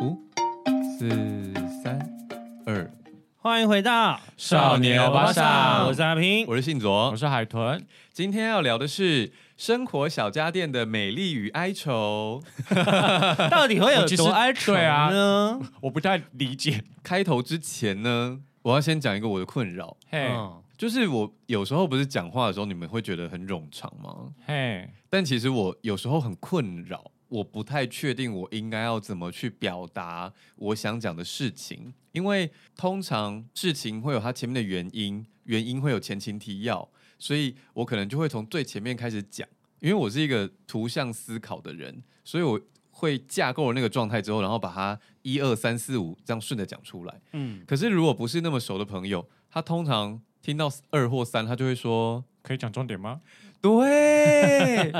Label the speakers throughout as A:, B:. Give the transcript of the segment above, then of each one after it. A: 五、四、三、二，
B: 欢迎回到
A: 少年欧巴桑
B: 我是阿平。
A: 我是信卓
C: 我。是海豚，
A: 今天要聊的是生活小家电的美丽与哀愁。
B: 到底会有
C: 呃我其实
B: 多哀愁
C: 对啊
B: 呢？
C: 我不太理解。
A: 开头之前呢，我要先讲一个我的困扰，
C: 嘿，
B: 嗯
A: 就是我有时候不是讲话的时候，你们会觉得很冗长吗？
C: 嘿，
A: 但其实我有时候很困扰，我不太确定我应该要怎么去表达我想讲的事情，因为通常事情会有它前面的原因，原因会有前情提要，所以我可能就会从最前面开始讲，因为我是一个图像思考的人，所以我会架构了那个状态之后，然后把它一二三四五这样顺着讲出来。
B: 嗯，
A: 可是如果不是那么熟的朋友，他通常听到二或三，他就会说
C: 可以讲重点吗？
A: 对，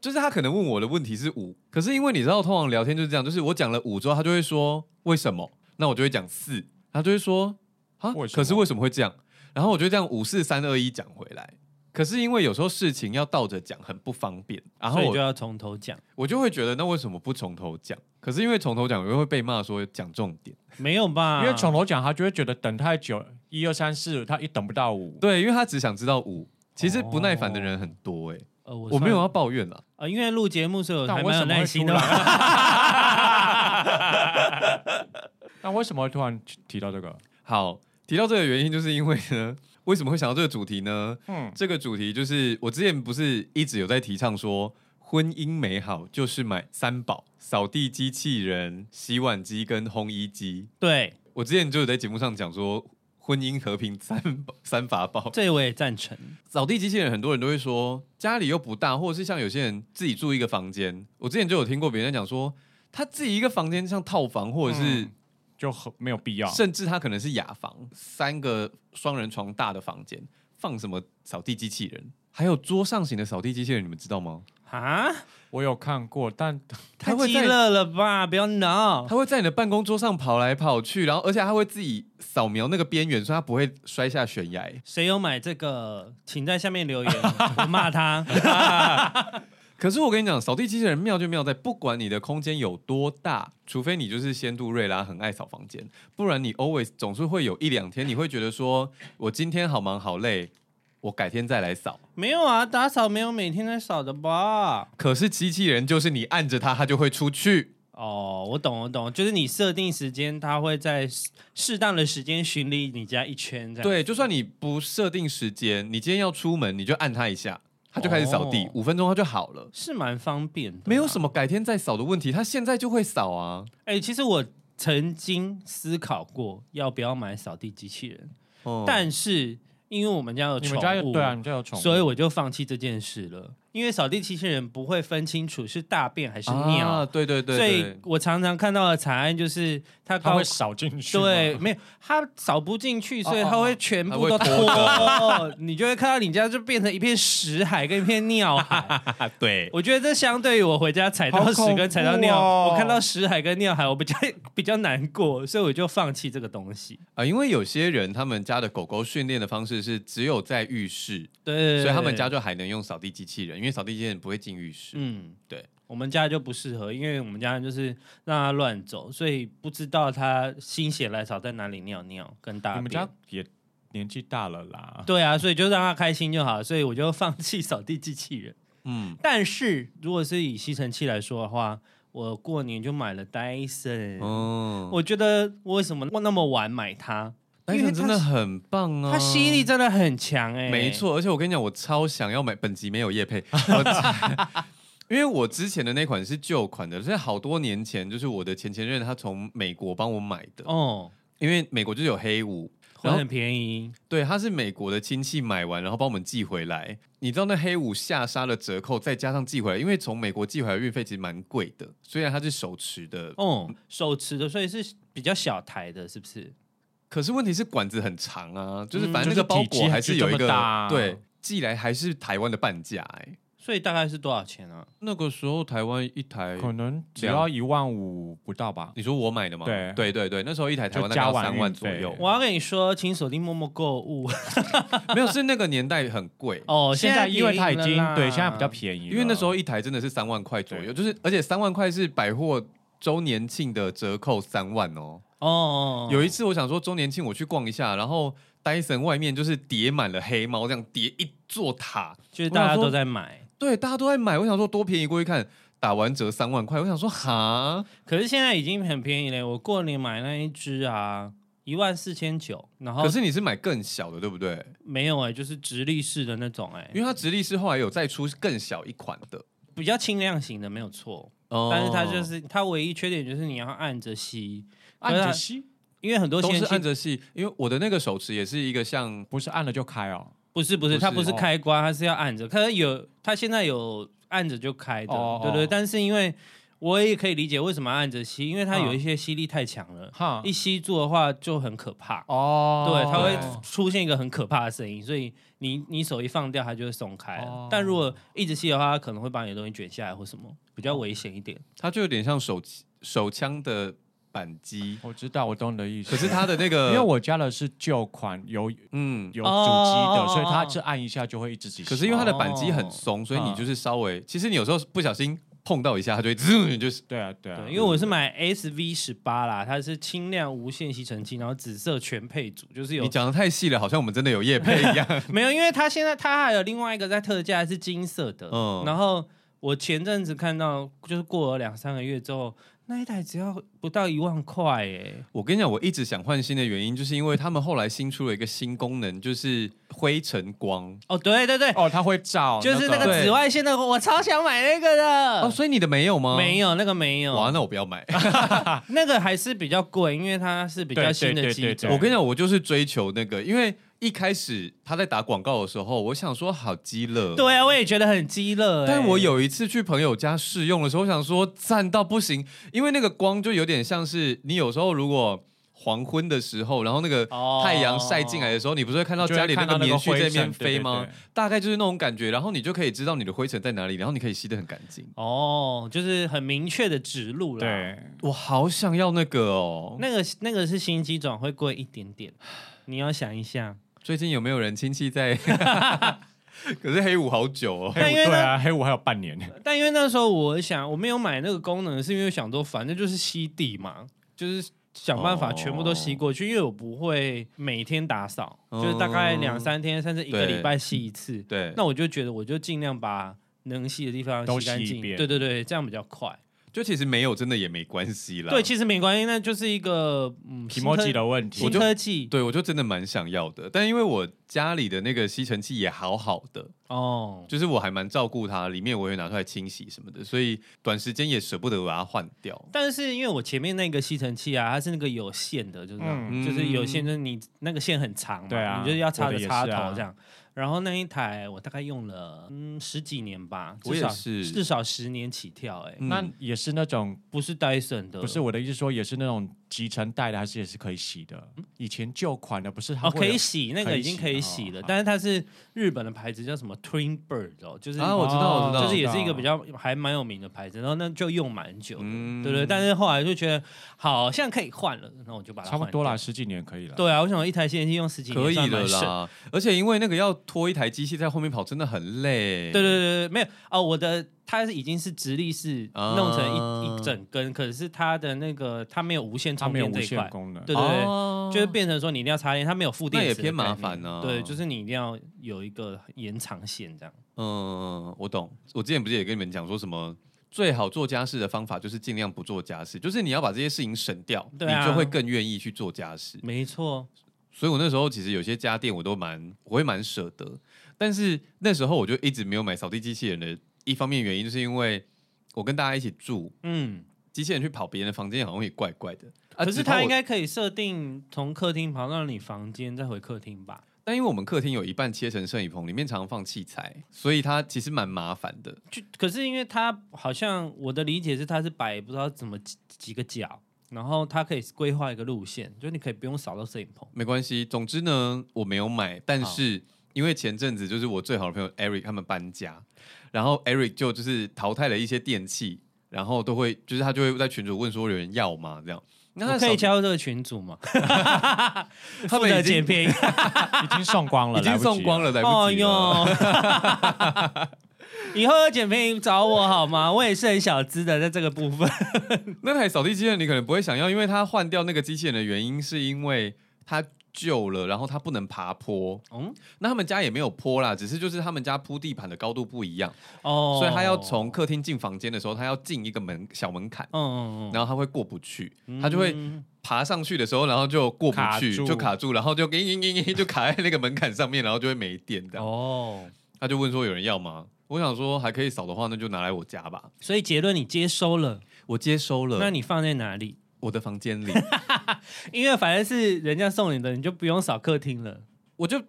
A: 就是他可能问我的问题是五，可是因为你知道，通常聊天就是这样，就是我讲了五之后，他就会说为什么？那我就会讲四，他就会说啊
C: 为，什么
A: 可是为什么会这样？然后我就这样五四三二一讲回来。可是因为有时候事情要倒着讲很不方便，然后
B: 所以就
A: 我
B: 要从头讲，
A: 我就会觉得那为什么不从头讲？可是因为从头讲，我又会被骂说讲重点。
B: 没有吧？
C: 因为从头讲，他就会觉得等太久，一二三四，他一等不到五。
A: 对，因为他只想知道五，其实不耐烦的人很多哎、
B: 呃，我
A: 我没
B: 算
A: 有要抱怨啊啦，
B: 呃，因为录节目所以我
C: 但
B: 还
C: 为
B: 蛮有
C: 什么
B: 耐
C: 会
B: 心
C: 突
B: 的
A: 啊
B: 嘛。
C: 然？ 那为什么会突然提到这个？
A: 好，提到这个原因，就是因为呢， 为什么会想到这个主题呢？
C: 嗯，
A: 这个主题就是我之前不是一直有在提倡说，婚姻美好就是买三宝：扫地机器人、洗碗机跟烘衣机。
B: 对，
A: 我之前就有在节目上讲说，婚姻和平三宝 三法宝。
B: 这我也赞成。
A: 扫地机器人很多人都会说，家里又不大，或者是像有些人自己住一个房间。我之前就有听过别人讲说，他自己一个房间像套房，或者是
C: 嗯就很没有必要。
A: 甚至它可能是雅房，三个双人床大的房间，放什么扫地机器人，还有桌上型的扫地机器人，你们知道吗？
B: 啊，
C: 我有看过，但
B: 太
A: 它会
B: 激
A: 在
B: 烈了吧！不要闹，
A: 它会在你的办公桌上跑来跑去，然后而且它会自己扫描那个边缘，所以它不会摔下悬崖。
B: 谁有买这个，请在下面留言，我骂他。
A: 可是我跟你讲，扫地机器人妙就妙在，不管你的空间有多大，除非你就是仙杜瑞拉很爱扫房间，不然你 always 总是会有一两天，你会觉得说，我今天好忙好累，我改天再来扫。
B: 没有啊，打扫没有每天在扫的吧？
A: 可是机器人就是你按着它，它就会出去。
B: 哦，我懂，我懂，就是你设定时间，它会在适适当的时间巡礼你家一圈，这样。
A: 对，就算你不设定时间，你今天要出门，你就按它一下，它就开始扫地
B: 哦，
A: 五、分钟它就好了，
B: 是蛮方便的啦，
A: 没有什么改天再扫的问题，它现在就会扫啊。
B: 哎、其实我曾经思考过要不要买扫地机器人，
A: 哦
B: 但是因为我们家有
C: 你
B: 宠
C: 们家有
B: 物，
C: 对啊，你家有宠物，
B: 所以我就放弃这件事了。因为扫地机器人不会分清楚是大便还是尿，
A: 啊，对对对
B: 所
A: 对
B: 以，我常常看到的惨案就是它
C: 它
B: 高
C: 会扫进去吗。
B: 对，没有，它扫不进去，所以
A: 哦哦
B: 它会全部
A: 它
B: 都
A: 会
B: 拖，你就会看到你家就变成一片屎海跟一片尿海。
A: 啊对，
B: 我觉得这相对于我回家踩到
C: 好
B: 屎
C: 恐怖
B: 跟踩到尿，
C: 哦
B: 我看到屎海跟尿海，我比较比较难过，所以我就放弃这个东西。
A: 啊，因为有些人他们家的狗狗训练的方式是只有在浴室，
B: 对，
A: 所以他们家就还能用扫地机器人，因为扫地机器人不会进浴室。
B: 嗯，
A: 对，
B: 我们家就不适合，因为我们家就是让它乱走，所以不知道它心血来潮在哪里尿尿跟大
C: 你
B: 便。
C: 们家也年纪大了啦。
B: 对啊，所以就让它开心就好，所以我就放弃扫地机器人。
A: 嗯，
B: 但是如果是以吸尘器来说的话，我过年就买了 Dyson，、
A: 哦，
B: 我觉得我为什么那么晚买它？
A: 但
B: 因
A: 是
B: 为它
A: 真的很棒啊，
B: 它吸力真的很强哎、
A: 没，错，而且我跟你讲，我超想要买，本集没有叶配，我因为我之前的那款是旧款的，是好多年前，就是我的前前任他从美国帮我买的，
B: 哦，
A: 因为美国就是有黑五，
B: 会
A: 然后
B: 很便宜，
A: 对，他是美国的亲戚买完，然后帮我们寄回来。你知道那黑五下杀的折扣，再加上寄回来，因为从美国寄回来运费其实蛮贵的，虽然它是手持的，
B: 哦，手持的，所以是比较小台的，是不是？
A: 可是问题是管子很长啊，就是
B: 嗯
A: 反正那个
C: 就是
A: 包
C: 体积
A: 裹
C: 还
A: 还
C: 是
A: 是有
C: 这
A: 一
C: 么
A: 个、
C: 大啊
A: 对，寄来还是台湾的半价哎、
B: 所以大概是多少钱啊？
A: 那个时候台湾一台
C: 可能只要一万五不到吧。
A: 你说我买的吗？
C: 对
A: 对对对那时候一台台湾大概
C: 就加
A: 要
C: 完
A: 三万
C: 运
A: 左
C: 费
A: 右，
B: 我要跟你说，请锁定陌陌购 物
A: 没有是那个年代很贵，
B: 哦。
C: 现在因为它已
B: 便宜
C: 经
B: 了啦
C: 对，现在比较便宜了，
A: 因为那时候一台真的是三万块左右，
C: 对
A: 就是而且三万块是百货周年庆的折扣三万哦。
B: 哦哦，哦
A: 有一次我想说周年庆我去逛一下，然后 Dyson 外面就是叠满了黑猫，这样叠一座塔，
B: 就是大家
A: 我想说
B: 都在买，
A: 对，大家都在买。我想说多便宜，过去看打完折三万块，我想说哈，
B: 可是现在已经很便宜嘞。我过年买那一只啊，一万四千九，然后
A: 可是你是买更小的对不对？
B: 没有哎、就是直立式的那种哎、
A: 因为它直立式后来有再出更小一款的，
B: 比较轻量型的没有错，
A: 哦
B: 但是它就是它唯一缺点就是你要按着吸，
C: 按
B: 可是它
C: 着吸，
B: 因为很多
A: 都
B: 先
A: 是按
B: 进
A: 着细，因为我的那个手持也是一个像
C: 不是按了就开哦。
B: 不是不是，
A: 不
B: 它
A: 是
B: 不是
C: 哦
B: 开关，它是要按着。可是有它现在有按着就开的，
C: 哦哦
B: 对对。但是因为我也可以理解为什么按着吸，因为它
C: 嗯
B: 有一些吸力太强了，
C: 哈
B: 一，吸住的话就很可怕。
C: 啊哦，
B: 对，它
A: 对
B: 会出现一个很可怕的声音，所以你你手一放掉，它就会松开了。
C: 哦
B: 但如果一直吸的话，它可能会把你的东西卷下来或什么，比较危险一点。
A: 它就有点像手手枪的扳机，
C: 我知道，我懂你的意思。
A: 可是它的那
C: 因
A: 个，
C: 为我家的是旧款，有
A: 嗯，
C: 有主机
B: 哦
C: 的，所以它
B: 哦
C: 是按一下就会一直自己。
A: 可是因为它的扳机很松，所以你就是稍微，其实你有时候不小心碰到一下，它就会 滋，就是
C: 对啊，对啊
B: 对，，因为我是买 SV 十八啦，它是轻量无线吸尘器，然后紫色全配组，就是有
A: 你讲的太细了，好像我们真的有叶配一样。
B: 没有，因为它现在它还有另外一个在特价是金色的，
A: 嗯
B: 然后我前阵子看到，就是过了两三个月之后，那一台只要不到一万块耶，
A: 我跟你讲，我一直想换新的原因，就是因为他们后来新出了一个新功能，就是灰尘光。
B: 哦，对对对，
C: 哦，它会照，
B: 就是那个
A: 对
B: 紫外线的，我超想买那个的，
A: 哦，所以你的没有吗？
B: 呃没有那个没有，
A: 哇，那我不要买。
B: 那个还是比较贵，因为它是比较
C: 对
B: 新的
C: 对对
B: 机
C: 对
B: 种。
A: 我跟你讲，我就是追求那个，因为一开始他在打广告的时候，我想说好鸡肋。。
B: 对啊，我也觉得很鸡肋哎耶，
A: 但我有一次去朋友家试用的时候，我想说赞到不行，因为那个光就有点像是你有时候如果黄昏的时候，然后那个
B: 哦
A: 太阳晒进来的时候，你不是会看到
C: 就会
A: 家里那
C: 看到
A: 个
C: 那个
A: 棉絮
C: 灰
A: 在那
C: 尘
A: 边
C: 对对
A: 飞吗？
C: 对
A: 大概就是那种感觉，然后你就可以知道你的灰尘在哪里，然后你可以吸得很干净。
B: 哦，就是很明确的指路啦。
C: 对，
A: 我好想要那个哦！
B: 那个那个是新机种，会贵一点点， 你要想一下。
A: 最近有没有人亲戚在？ 可是黑五好久哦。
B: 但
C: 黑
B: 因
C: 五
B: 为
C: 对
B: 呢呃
C: 啊，黑五还有半年，
B: 但因为那时候我想我没有买那个功能，是因为想说反正就是吸地嘛，就是想办法
A: 哦
B: 全部都吸过去，因为我不会每天打扫，
A: 嗯
B: 就是大概两三天甚至一个
A: 对
B: 礼拜吸一次。
A: 对，
B: 那我就觉得我就尽量把能吸的地方
C: 都
B: 吸干
C: 吸一
B: 净，
C: 遍
B: 对对对，这样比较快。
A: 就其实没有真的也没关系啦。
B: 对，其实没关系，那就是一个嗯，
C: 提莫吉
B: 的
C: 的问题
B: 新，科技
A: 对，我就真的蛮想要的，但因为我家里的那个吸尘器也好好的，
B: 哦。
A: 就是我还蛮照顾它，里面我也拿出来清洗什么的，所以短时间也舍不得把它换掉。
B: 但是因为我前面那个吸尘器啊，它是那个有线的，就是那种、
A: 嗯
B: 就是有线，就是你那个线很长嘛，
C: 对啊
B: 你就是要插
C: 我
B: 着
C: 的也
B: 插头
C: 是啊
B: 这样。然后那一台我大概用了嗯十几年吧，
A: 我
B: 至
A: 也
B: 少
A: 是
B: 至少十年起跳、哎、
A: 嗯
C: 那也是那种
B: 不是 Dyson 的，
C: 不是我的意思说，也是那种集成袋的，还是也是可以洗的？以前旧款的不是
B: 嗯
C: 它
B: 哦，可
C: 会有
B: 以洗那个已经可以洗了，
C: 哦好
B: 但是它是日本的牌子，叫什么 Twin Bird 哦，就是、
A: 啊我知道我知道
B: 就是也是一个比较还蛮有名的牌子，然后那就用蛮久的，
A: 嗯
B: 对对，但是后来就觉得好像可以换了，那我就把它
C: 差不多
B: 换掉
C: 啦，。十几年可以了。
B: 对啊，我想一台吸尘器用十几年
A: 可以
B: 算蛮
A: 了
B: 省
A: 啦，而且因为那个要拖一台机器在后面跑，真的很累。
B: 对对
A: 哎
B: 对对，没有哦，我的它是已经是直立式
A: 啊
B: 弄成一、一整根，可是它的那个它没有无线
C: 它
B: 充
C: 没有
B: 电
C: 无
B: 这一块
C: 线，功能。
B: 对对对，
A: 哦
B: 就是变成说你一定要插电，它没有附电
A: 那
B: 池
A: 也
B: 的
A: 偏麻
B: 概念
A: 烦啊
B: 对，就是你一定要有一个延长线这样。
A: 嗯，我懂。我之前不是也跟你们讲说什么？最好做家事的方法就是尽量不做家事，就是你要把这些事情省掉，
B: 对啊
A: 你就会更愿意去做家事。
B: 没错，
A: 所以我那时候其实有些家电我都蛮我会蛮舍得，但是那时候我就一直没有买扫地机器人的一方面原因，就是因为我跟大家一起住，
B: 嗯，
A: 机器人去跑别人的房间好像也怪怪的。啊
B: 可是
A: 只怕
B: 它
A: 我
B: 应该可以设定从客厅跑到你房间，再回客厅吧？
A: 但因为我们客厅有一半切成摄影棚，里面常常放器材，所以它其实蛮麻烦的。
B: 就可是因为它好像我的理解是它是摆不知道怎么几几个角，然后它可以规划一个路线，就你可以不用扫到摄影棚。
A: 没关系，总之呢，我没有买，但是因为前阵子就是我最好的朋友 Eric 他们搬家，然后 Eric 就就是淘汰了一些电器，然后都会就是他就会在群主问说有人要吗？这样，那
B: 我
A: 他的
B: 可
A: 扫
B: 以加入这个群组嘛？
A: 他
B: 负
A: 们
B: 责
A: 已经
B: 捡便宜。
C: 已经送光了，
A: 已经送光
B: 哎
C: 了。
A: 了，来不
B: 哦
A: 及了。
B: 哟， 以后有捡便宜找我好吗？我也是很小资的，在这个部分。
A: 那台扫地机器人你可能不会想要，因为它换掉那个机器人的原因是因为它旧了，然后它不能爬坡。
B: 嗯
A: 嗯，那他们家也没有坡啦，只是就是他们家铺地板的高度不一样，
B: 哦，
A: 所以他要从客厅进房间的时候，他要进一个门小门槛，
B: 嗯嗯嗯，
A: 然后他会过不去，
B: 嗯
A: 他就会爬上去的时候，然后就过不
C: 卡
A: 去，
C: 住
A: 就卡住，然后就叮叮叮叮就卡在那个门槛上面，然后就会没电这样。
B: 哦。
A: 他就问说有人要吗？我想说还可以扫的话，那就拿来我家吧，
B: 所以结论你接收了，
A: 我接收了。
B: 那你放在哪里？
A: 我的房间里，
B: 因为反正是人家送你的，你就不用扫客厅了。
A: 我就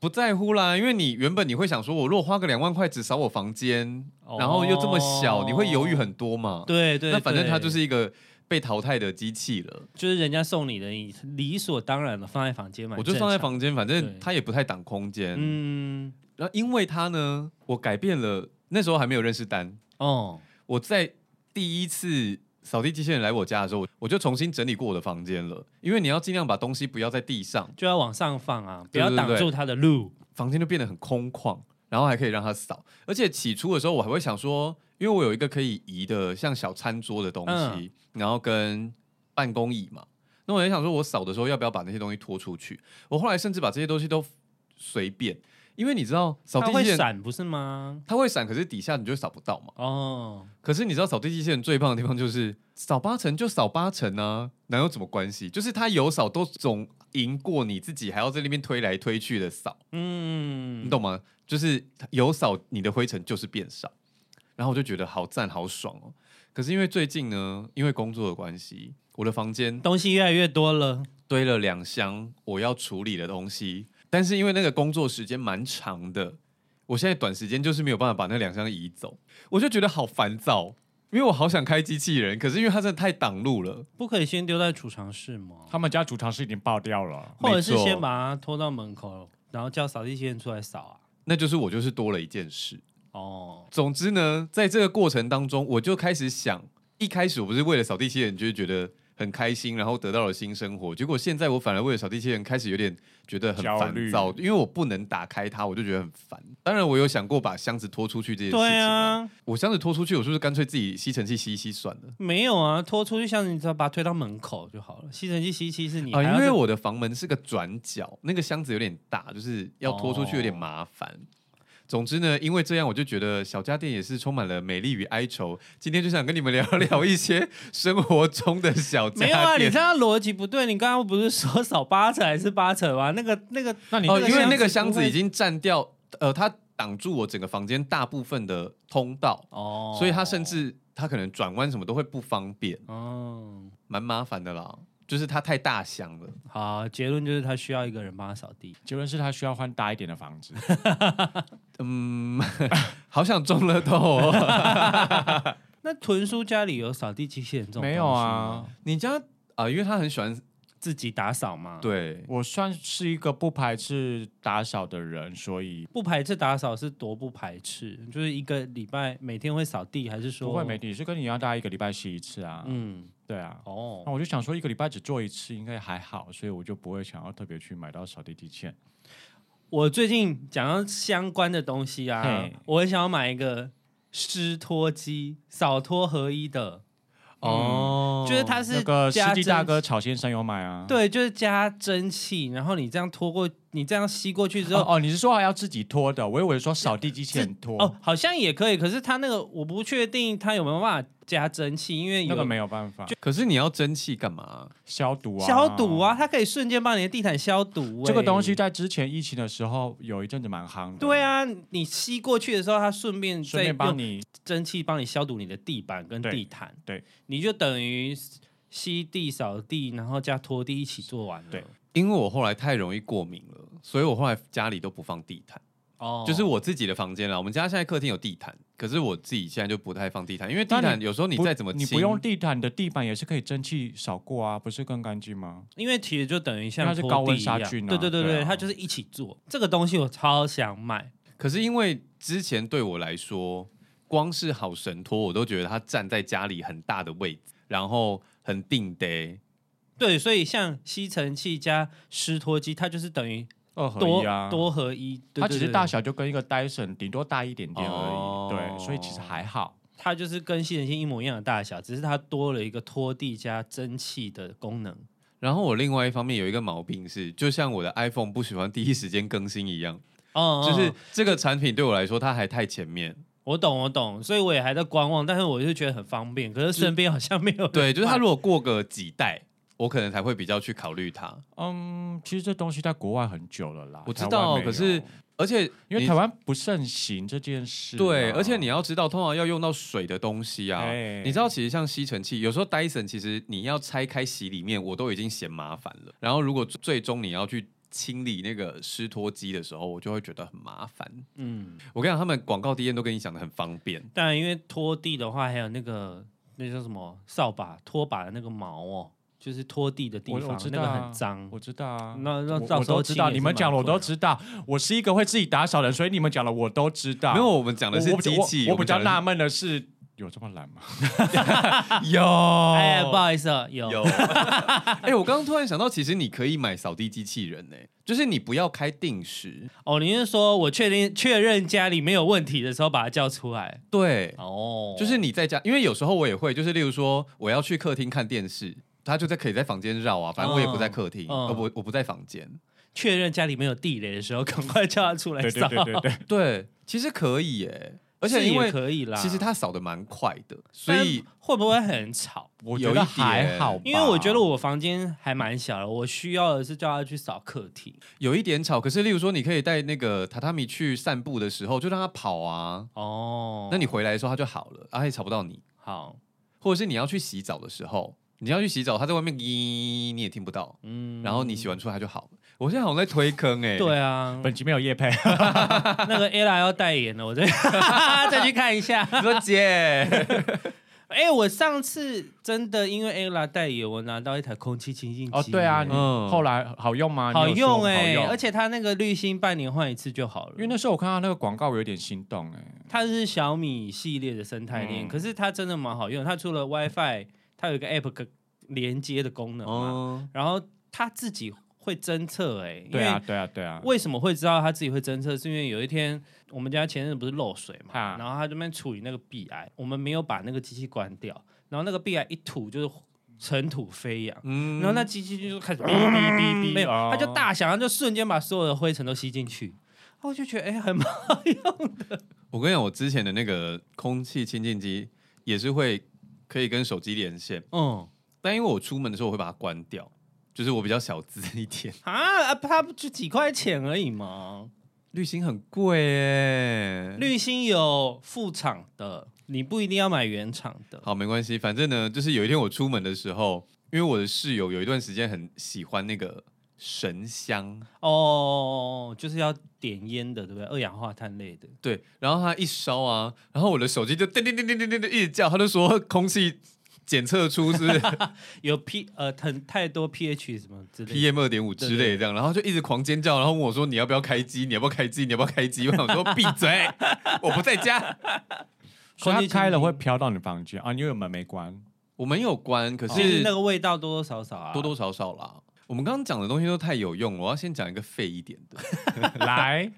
A: 不在乎啦，因为你原本你会想说，我如果花个两万块只扫我房间，
B: 哦
A: 然后又这么小，你会犹豫很多嘛？
B: 对对，
A: 那反正
B: 对
A: 它就是一个被淘汰的机器了，
B: 就是人家送你的，你理所当然的放在房间嘛，
A: 我就放在
B: 正常。
A: 房间，反
B: 对
A: 正它也不太挡空间。
B: 嗯，
A: 然后因为它呢，我改变了，那时候还没有认识丹，
B: 哦，
A: 我在第一次。扫地机器人来我家的时候，我就重新整理过我的房间了，因为你要尽量把东西不要在地上，
B: 就要往上放啊，不
A: 对
B: 要
A: 对
B: 挡
A: 对
B: 住他的路。
A: 房间就变得很空旷，然后还可以让它扫。而且起初的时候，我还会想说，因为我有一个可以移的像小餐桌的东
B: 嗯
A: 西，然后跟办公椅嘛，那我也想说，我扫的时候要不要把那些东西拖出去？我后来甚至把这些东西都随便，因为你知道扫
B: 他
A: 地
B: 会
A: 机器人
B: 闪不是吗？
A: 它会闪，可是底下你就扫不到嘛。
B: 哦，
A: 可是你知道扫地机器人最棒的地方就是扫八成就扫八成啊，哪有什么关系？就是它有扫都总赢过你自己，还要在那边推来推去的扫。
B: 嗯
A: 你，懂吗？就是有扫你的灰尘就是变少，然后我就觉得好赞好爽哦。可是因为最近呢，因为工作的关系，我的房间
B: 东西越来越多了。
A: 堆了两箱我要处理的东西，但是因为那个工作时间蛮长的，我现在短时间就是没有办法把那两箱移走，我就觉得好烦躁，因为我好想开机器人，可是因为它真的太挡路了。
B: 不可以先丢在储藏室吗？
C: 他们家储藏室已经爆掉了，
B: 或者是
A: 没错
B: 先把它拖到门口，然后叫扫地机器人出来扫啊？
A: 那就是我就是多了一件事，
B: 哦，
A: 总之呢，在这个过程当中，我就开始想，一开始我不是为了扫地机器人，就是觉得很开心，然后得到了新生活。结果现在我反而为了扫地机器人开始有点觉得很
C: 焦
A: 烦
C: 虑
A: 躁，因为我不能打开它，我就觉得很烦。当然，我有想过把箱子拖出去这件事情、
B: 对，啊，
A: 我箱子拖出去，我是不是干脆自己吸尘器吸一吸算了？
B: 没有啊，拖出去箱子，你只要把它推到门口就好了。吸尘器吸一吸是你
A: 啊、
B: 还要
A: 因为
B: 再
A: 我的房门是个转角，那个箱子有点大，就是要拖出去有点
B: 哦
A: 麻烦。总之呢，因为这样，我就觉得小家电也是充满了美丽与哀愁。今天就想跟你 们聊聊一些生活中的小家
B: 没
A: 电。
B: 有啊，你这样逻辑不对。你刚刚不是说少八成还是八成吗？那个那个，
C: 那你
A: 哦，
B: 那个
A: 因为
B: 箱
A: 那
B: 子
A: 个
B: 不
A: 箱子
B: 会
A: 已经占掉，呃，它挡住我整个房间大部分的通道，
B: 哦
A: 所以它甚至它可能转弯什么都会不方便，
B: 哦，
A: 蛮麻烦的啦。就是它太大箱了，
B: 好，结论就是他需要一个人帮他扫地。
C: 结论是他需要换大一点的房子。
A: 嗯，好想中乐透、哦。
B: 那屯叔家里有扫地机器人这种
C: 没有
B: 东
C: 啊
B: 西吗，，
A: 你家啊、因为他很喜欢
B: 自己打扫嘛。，
A: 对，
C: 我算是一个不排斥打扫的人，所以
B: 不排斥打扫是多不排斥，就是一个礼拜每天会扫地，还是说
C: 不会每？你是跟你一样，大概一个礼拜洗一次啊。
B: 嗯，
C: 对啊。
B: 哦
C: 那，我就想说，一个礼拜只做一次应该还好，所以我就不会想要特别去买到扫地机器人。
B: 我最近讲到相关的东西啊
C: 嘿，
B: 我很想要买一个湿拖机，扫拖合一的，
C: 嗯
A: 哦
B: 就是它
C: 那
B: 是
C: 个司
B: 加
C: 机
B: 蒸
C: 大哥草先生有买啊？
B: 对，就是加蒸汽，然后你这样拖过，你这样吸过去之后，
C: 哦，哦，你是说还要自己拖的？我以为说扫地机器人拖，
B: 哦，好像也可以，可是它那个我不确定它有没有办法加蒸汽，因为有
C: 那个没有办法，
A: 可是你要蒸汽干嘛？
C: 消毒啊，
B: 消毒啊，。它可以瞬间把你的地毯消毒、
C: 这个
B: 欸
C: 东西。在之前疫情的时候有一阵子蛮夯的，
B: 对，啊，你吸过去的时候，它顺便
C: 顺
B: 再
C: 便帮
B: 用
C: 你
B: 蒸汽帮你消毒你的地板跟
C: 对
B: 地毯，
C: 对
B: 你就等于吸地、扫地，然后加拖地一起做完了。
C: 对，
A: 因为我后来太容易过敏了，所以我后来家里都不放地毯，
B: 哦，
A: 就是我自己的房间啦。我们家现在客厅有地毯，可是我自己现在就不太放地毯，因为地
C: 但
A: 毯有时候你
C: 不
A: 再怎么
C: 你
A: 清
C: 不用地毯的地板也是可以蒸汽扫过啊，不是更干净吗？
B: 因为其实就等于像
C: 因为它是
B: 拖
C: 高温
B: 地一样
C: 杀菌啊
B: 对对对
C: 对啊
B: 它就是一起做这个东西，我超想买。
A: 可是因为之前对我来说，光是好神托，我都觉得它站在家里很大的位置，然后很定得。
B: 对，所以像吸尘器加湿拖机，它就是等于
C: 二合
B: 多
C: 一啊，
B: 多合一，对
C: 它只是大。
B: 对对
C: 小就跟一个 Dyson 顶多大一点点而已。
A: 哦，
C: 对，所以其实还好。
B: 它就是跟吸尘器一模一样的大小，只是它多了一个拖地加蒸汽的功能。
A: 然后我另外一方面有一个毛病是，就像我的 iPhone 不喜欢第一时间更新一样，
B: 哦
A: 就是这个产品对我来说它还太前面。
B: 我懂，我懂，所以我也还在观望，但是我就觉得很方便，可是身边好像没有人
A: 对，就是它
B: 买
A: 如果过个几代，我可能才会比较去考虑它。
C: 嗯，其实这东西在国外很久了啦，
A: 我知
C: 台湾
A: 道
C: 没有
A: 可是而且
C: 因为
A: 你
C: 台湾不盛行这件事啊、
A: 对，而且你要知道，通常要用到水的东西啊。
C: 哎
A: 你知道，其实像吸尘器，有时候 Dyson 其实你要拆开洗里面，我都已经嫌麻烦了。然后如果最终你要去清理那个湿拖机的时候，我就会觉得很麻烦。
B: 嗯，
A: 我跟你讲，他们广告 DM 都跟你讲的很方便。
B: 当然因为拖地的话，还有那个那叫什么扫把拖把的那个毛哦，就是拖地的地
C: 我
B: 方，
C: 我知
B: 那
C: 道
B: 个
C: 啊
B: 很脏。
C: 我知道啊，
B: 那那
C: 我
B: 到
C: 我
B: 时候
C: 都知
B: 清
C: 道，
B: 也
C: 你
B: 是
C: 们讲了我
B: 蛮困
C: 都
B: 扰
C: 知道，我是一个会自己打扫的人，所以你们讲了我都知道。
A: 没有，我们讲
C: 我，
A: 的是
C: 啊我比
A: 机器，
C: 我
A: 我
C: 我比
A: 们
C: 较
A: 讲
C: 纳
A: 的
C: 闷的是，有这么懒吗？
A: 是有
B: 哎，不好意思哦，有
A: 有。 哎，我刚刚突然想到，其实你可以买扫地机器人呢、就是你不要开定时。
B: 哦，你是说我确定确认家里没有问题的时候把它叫出来？
A: 对，
B: 哦，
A: 就是你在家，因为有时候我也会，就是例如说我要去客厅看电视，他就在可以在房间绕啊，反正我也不在客厅，
B: 嗯
A: 呃，我我不在房间。
B: 确认家里没有地雷的时候，赶快叫它出来
C: 对对
B: 扫。
C: 对对对，
A: 对，其实可以耶，而且
B: 是
A: 因
B: 也
A: 为
B: 可以啦，
A: 其实它扫的蛮快的，所
B: 但
A: 以
B: 会不会很吵？
C: 我
A: 有
C: 觉
A: 一
C: 得还
A: 点
C: 好吧，
B: 因为我觉得我房间还蛮小的，我需要的是叫他去扫客厅。
A: 有一点吵。可是例如说，你可以带那个榻榻米去散步的时候，就让它跑啊，
B: 哦，
A: 那你回来的时候它就好了，啊，它也吵不到你。
B: 好，
A: 或者是你要去洗澡的时候，你要去洗澡，它在外面咦，你也听不到，
B: 嗯，
A: 然后你洗完出来它就好了。我现在好像在推坑哎，
B: 对啊，
C: 本集没有叶配，
B: 那个 ella 要代言了，我再再去看一下。
A: 你说姐。
B: 哎、我上次真的因为 ella 代言，我拿到一台空气清新机。
C: 哦，对啊，你
A: 嗯
C: 后来好用吗？
B: 好
C: 啊你有说
B: 用哎、
C: 好
B: 而且它那个滤芯半年换一次就好了。
C: 因为那时候我看到那个广告，我有点心动哎、
B: 它是小米系列的生态链，
C: 嗯
B: 可是它真的蛮好用。它除了 WiFi，它有一个 App 可连接的功能嘛，
A: 哦，
B: 然后它自己会侦测、欸，哎，
C: 对啊，，对啊，对啊，
B: 为什么会知道它自己会侦测？是因为有一天我们家前阵子不是漏水嘛，
C: 啊
B: 然后它这边处理那个壁癌，我们没有把那个机器关掉，然后那个壁癌一吐就是尘土飞扬。
A: 嗯
B: 然后那机器就开始哔哔哔哔，没有，
C: 哦
B: 它就大响，它就瞬间把所有的灰尘都吸进去。然后我就觉得，哎、很忙。
A: 我跟你讲，我之前的那个空气清净机也是会可以跟手机连线，
B: 嗯，
A: 但因为我出门的时候我会把它关掉，就是我比较小资一点。
B: 啊，啊它不就几块钱而已嘛。
A: 滤芯很贵耶，
B: 滤芯有副厂的，你不一定要买原厂的。
A: 好没关系，反正呢，就是有一天我出门的时候，因为我的室友有一段时间很喜欢那个神香，
B: 哦，就是要点烟的，对不对？二氧化碳类的。
A: 对，然后他一烧啊，然后我的手机就叮叮叮叮叮叮叮一直叫，他就说空气检测出 是不是
B: 有 P 呃很太多 pH 什么之类的。
A: PM 二点五之类的这样，然后就一直狂尖叫，然后问我说：“你要不要开机？你要不要开机？你要不要开机？”我想说：“闭嘴，我不在家。
C: 所以
B: 空气
C: 它开了
B: 清
C: 会
B: 新
C: 飘到你房间啊，因为门没关。”
A: 我们有关，可
C: 哦
B: 其实
A: 是
B: 哦那个味道多多少少啊，
A: 多多少少啦。我们刚刚讲的东西都太有用，我要先讲一个废一点的。
C: 来，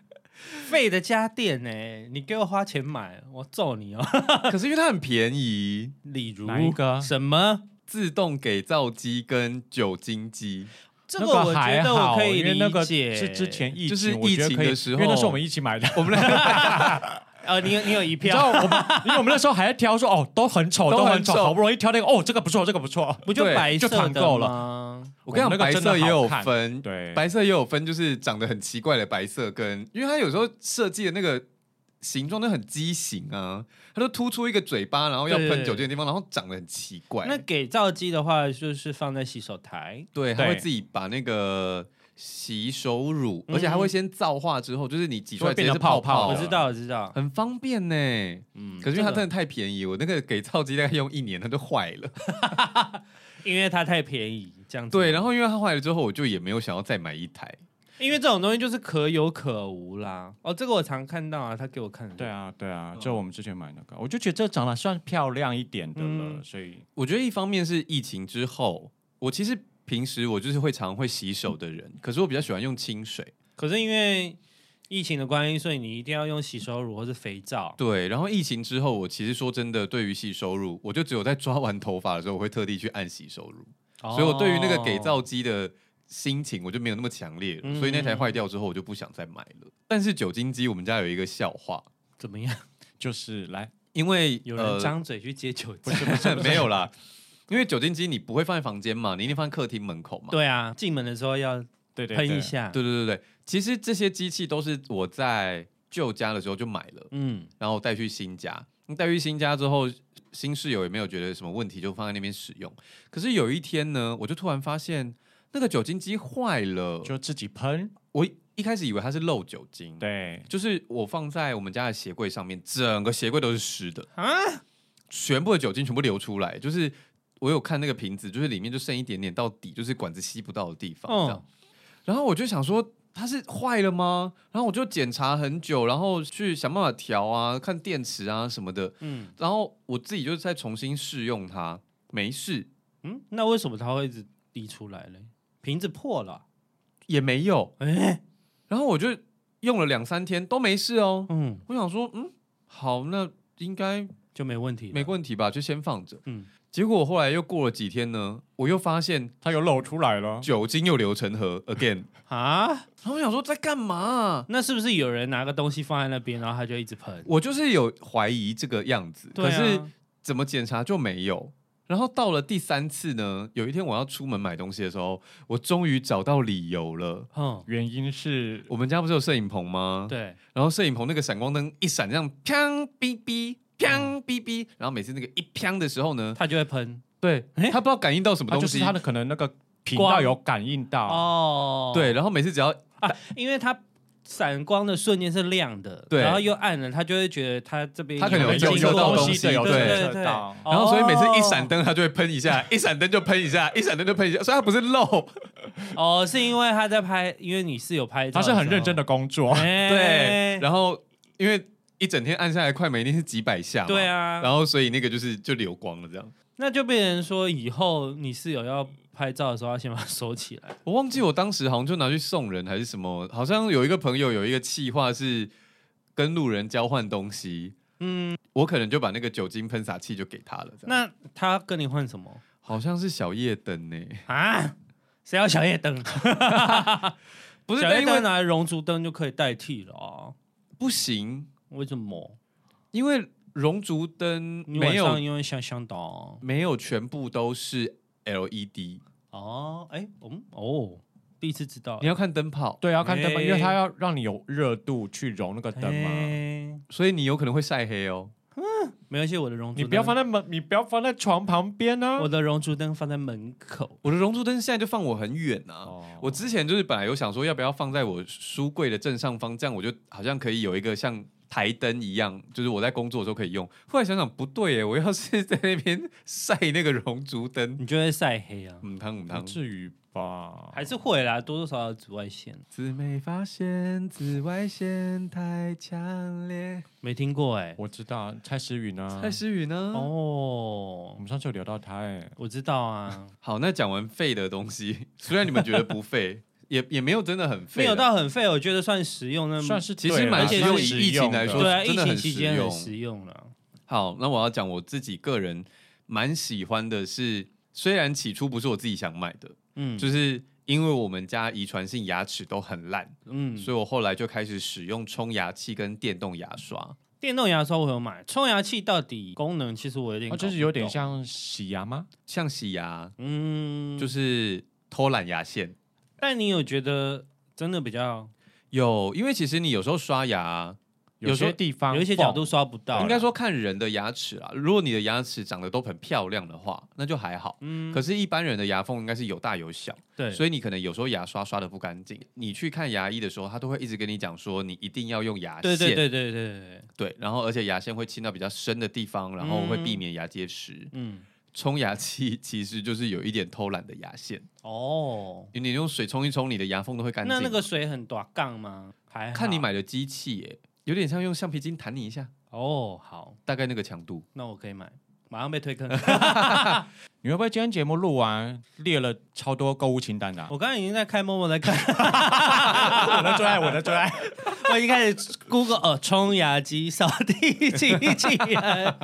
B: 废的家电呢、你给我花钱买，我揍你哦！
A: 可是因为它很便宜，
B: 例如
C: 哪一个
B: 什么？
A: 自动给皂机跟酒精机，
B: 这
C: 那
B: 个
C: 个
B: 我觉
C: 还
B: 得
C: 好
B: 我可以
C: 因为
B: 理解，
C: 那个是之前疫情，
A: 就是
C: 我觉
A: 疫
C: 得
A: 情
C: 可以
A: 的时
C: 因为那
A: 候
C: 时候我们一起买的。
A: 我们的
B: 呃，你有你有一
C: 你知道
B: 票，
C: 我们，因为我们那时候还在挑说哦，都很丑，
A: 都
C: 都
A: 很
C: 很
A: 丑
C: 丑，好不容易挑那个哦，这个不错，这个不错。
B: 不就
A: 对
B: 白色
C: 就团
B: 的
C: 购了
B: 吗？
A: 我跟你讲，
C: 我哦们那
A: 白
C: 个真的
A: 色也有
C: 好看
A: 分，
C: 对，
A: 白色也有分，就是长得很奇怪的白色跟，因为它有时候设计的那个形状都很畸形啊，它就突出一个嘴巴，然后要
B: 对
A: 喷酒精的地方，然后长得很奇怪。
B: 那给皂机的话，就是放在洗手台，
A: 对，它
C: 对
A: 会自己把那个洗手乳，
B: 嗯
A: 而且还会先皂化之后，就是你挤出来
C: 就会
A: 直
C: 变
A: 接
C: 成
A: 是泡
C: 泡泡
B: 我
C: 了
B: 知道，我知道。
A: 很方便呢。
B: 嗯，
A: 可是因为它
B: 这
A: 真的太便宜，我那个给皂机大概用一年它就坏了。
B: 个因为它太便宜，这样子
A: 对，然后因为它坏了之后，我就也没有想要再买一台。
B: 因为这种东西就是可有可无啦。哦，这个我常看到啊，他给我看的。
C: 对啊，对啊，就我们之前买那个，我就觉得这长得算漂亮一点的了，
B: 嗯
C: 所以
A: 我觉得一方面是疫情之后，我其实平时我就是会常会洗手的人，可是我比较喜欢用清水。
B: 可是因为疫情的关系，所以你一定要用洗手乳或是肥皂。
A: 对，然后疫情之后，我其实说真的，对于洗手乳，我就只有在抓完头发的时候，我会特地去按洗手乳，所以我对于
B: 哦
A: 那个给皂机的心情，我就没有那么强烈了。
B: 嗯
A: 所以那台坏掉之后，我就不想再买了。但是酒精机，我们家有一个笑话，
B: 哦怎么样？
C: 就是来
A: 因为
B: 有人
A: 呃
B: 张嘴去接酒精？
A: 没 有啦，因为酒精机你不会放在房间嘛，你一定放在客厅门口嘛。
B: 对啊，进门的时候要
C: 对对对
B: 喷一，下。
A: 对对对对，其实这些机器都是我在旧家的时候就买了，
B: 嗯，
A: 然后带去新家。带去新家之后，新室友也没有觉得什么问题，就放在那边使用。可是有一天呢，我就突然发现那个酒精机坏了，
C: 就自己喷。
A: 我一开始以为它是漏酒精，
C: 对，
A: 就是我放在我们家的鞋柜上面，整个鞋柜都是湿的啊，全部的酒精全部流出来，就是我有看那个瓶子，就是里面就剩一点点到底，就是管子吸不到的地方这样。
B: 哦，
A: 然后我就想说它是坏了吗？然后我就检查很久，然后去想办法调啊，看电池啊什么的，
B: 嗯
A: 然后我自己就再重新试用它，没事
B: 嗯，那为什么它会一直滴出来嘞？瓶子破了，
A: 也没有，
B: 哎，
A: 然后我就用了两三天都没事哦。
B: 嗯，
A: 我想说，嗯，好，那应该
B: 就没问题了。
A: 没问题吧，就先放着。
B: 嗯
A: 结果我后来又过了几天呢，我又发现
C: 它又露出来了。
A: 酒精又流成河 again。
B: 啊，
A: 然后我想说在干嘛啊、
B: 那是不是有人拿个东西放在那边，然后他就一直喷？
A: 我就是有怀疑这个样子，
B: 对
A: 可是
B: 啊，
A: 怎么检查就没有。然后到了第三次呢，有一天我要出门买东西的时候，我终于找到理由了。
B: 嗯，
C: 原因是
A: 我们家不是有摄影棚吗？。
B: 对，
A: 然后摄影棚那个闪光灯一闪，这样砰哔哔砰哔哔，然后每次那个一砰的时候呢，
B: 他就会喷
A: 对，他不知道感应到什么
B: 啊
C: 它
A: 东
C: 就是
A: 西，
C: 它的可能那个频道
B: 光
C: 有感应到，
B: 哦
A: 对，然后每次只要
B: 啊，因为它闪光的瞬间是亮的，
A: 对
B: 然后又暗了，他就会觉得他这边
A: 它可能有
B: 有
A: 有有到东西
C: 的，有
A: 对对
C: 测到。
A: 然后所以每次一闪灯它就会喷一下，一闪灯就喷一下，一闪灯就喷一下，所以它不是漏，
B: 哦，是因为他在拍，因为你是有拍，
C: 他是很认真，的工作，
B: 哎
A: 对。，然后因为一整天按下来快门一定是几百下嘛，
B: 对，啊，
A: 然后所以那个就是就流光了这样。
B: 那就变成说以后你室友要拍照的时候，要先把它收起来。
A: 我忘记我当时好像就拿去送人还是什么，好像有一个朋友有一个计划是跟路人交换东西，嗯，我可能就把那个酒精喷洒器就给他了，这样。
B: 那他跟你换什么
A: 好像是小夜灯呢、欸
B: 啊？谁要小夜灯？啊
A: 不是
B: 小夜
A: 因为
B: 灯拿来熔烛灯就可以代替了啊？
A: 不行，
B: 为什么？
A: 因为熔烛灯
B: 你晚
A: 没有
B: 上因为香香的哦。
A: 没有全部都是 E LED，
B: 哦，哎，嗯，哦，第一次知道
A: 你。要看灯泡，
C: 对啊，看灯嘛，
B: 哎
C: 因为它要让你有热度去融那个灯嘛。
B: 哎
A: 所以你有可能会晒黑哦。
B: 没关系，我的熔烛
C: 你
B: 灯
C: 不要放在门，你不要放在床旁边啊
B: 我。的熔烛灯放在门口。
A: 我的熔烛灯现在就放我很远啊。
C: 哦
A: 我之前就是本来有想说要不要放在我书柜的正上方，这样我就好像可以有一个像台灯一样，就是我在工作的时候可以用。后来想想不对耶，我 要是在那边晒那个熔烛灯，
B: 你就会晒黑啊，
A: 嗯汤嗯
C: 不
A: 汤，
C: 至于吧？
B: 还是会啦，多多少少有紫外线。
A: 姊妹发现紫外线太强烈。
B: 没听过哎、
C: 我知道蔡诗芸啊，
A: 蔡诗雨呢？
B: 哦
C: 我，们上次有聊到她哎，
B: 我知道啊，
A: 好，那讲完废的东西，虽然你们觉得不废，也也没有真的很废
B: 没
A: 啦，
B: 有到很废，我觉得算实用。那
C: 算是
A: 其实
C: 对啦
A: 蛮
C: 算
B: 实用
C: 实
A: 以疫情
C: 用的
A: 来说
B: 对啊，疫
A: 真的
B: 情
A: 很
B: 期
A: 实
B: 间很
A: 用
B: 实用了。
A: 好，那我要讲我自己个人蛮喜欢的是，虽然起初不是我自己想买的，
B: 嗯，
A: 就是因为我们家遗传性牙齿都很烂，
B: 嗯，
A: 所以我后来就开始使用冲牙器跟电动牙刷。
B: 电动牙刷我有买，冲牙器到底功能其实我有点
C: 哦，
B: 搞不懂，
C: 就是有点像洗牙吗？
A: 像洗牙
B: 嗯，就
A: 就
B: 是。
A: 是偷懒牙线，
B: 但你有觉得真的比较
A: 有，因为其实你有时候刷牙，啊有时候
C: 些地方
B: 有一些角度刷不到？
A: 应该，说看人的牙齿啦。如果你的牙齿长得都很漂亮的话，那就还好。
B: 嗯，
A: 可是，一般人的牙缝应该是有大有小。
B: 对，
A: 所以你可能有时候牙刷刷的不干净，你去看牙医的时候，他都会一直跟你讲说，你一定要用牙线，
B: 对对对对对对对，
A: 对然后而且牙线会亲到比较深的地方，然后会避免牙结石。
B: 嗯，
A: 冲牙器其实就是有一点偷懒的牙线，
B: 哦，
A: 因为你用水冲一冲，你的牙缝都会干净。
B: 那那个水很短杠吗？还好
A: 看你买的机器、耶，有点像用橡皮筋弹你一下，
B: 哦，好，
A: 大概那个强度。
B: 那我可以买。马上被推坑。
C: 你会不会今天节目录完列了超多购物清单的、啊？啊
B: 我刚刚已经在开默默在看，
C: 我的最爱，我的最爱。
B: 我已经开始 Google 哦，冲牙机、扫地机器人。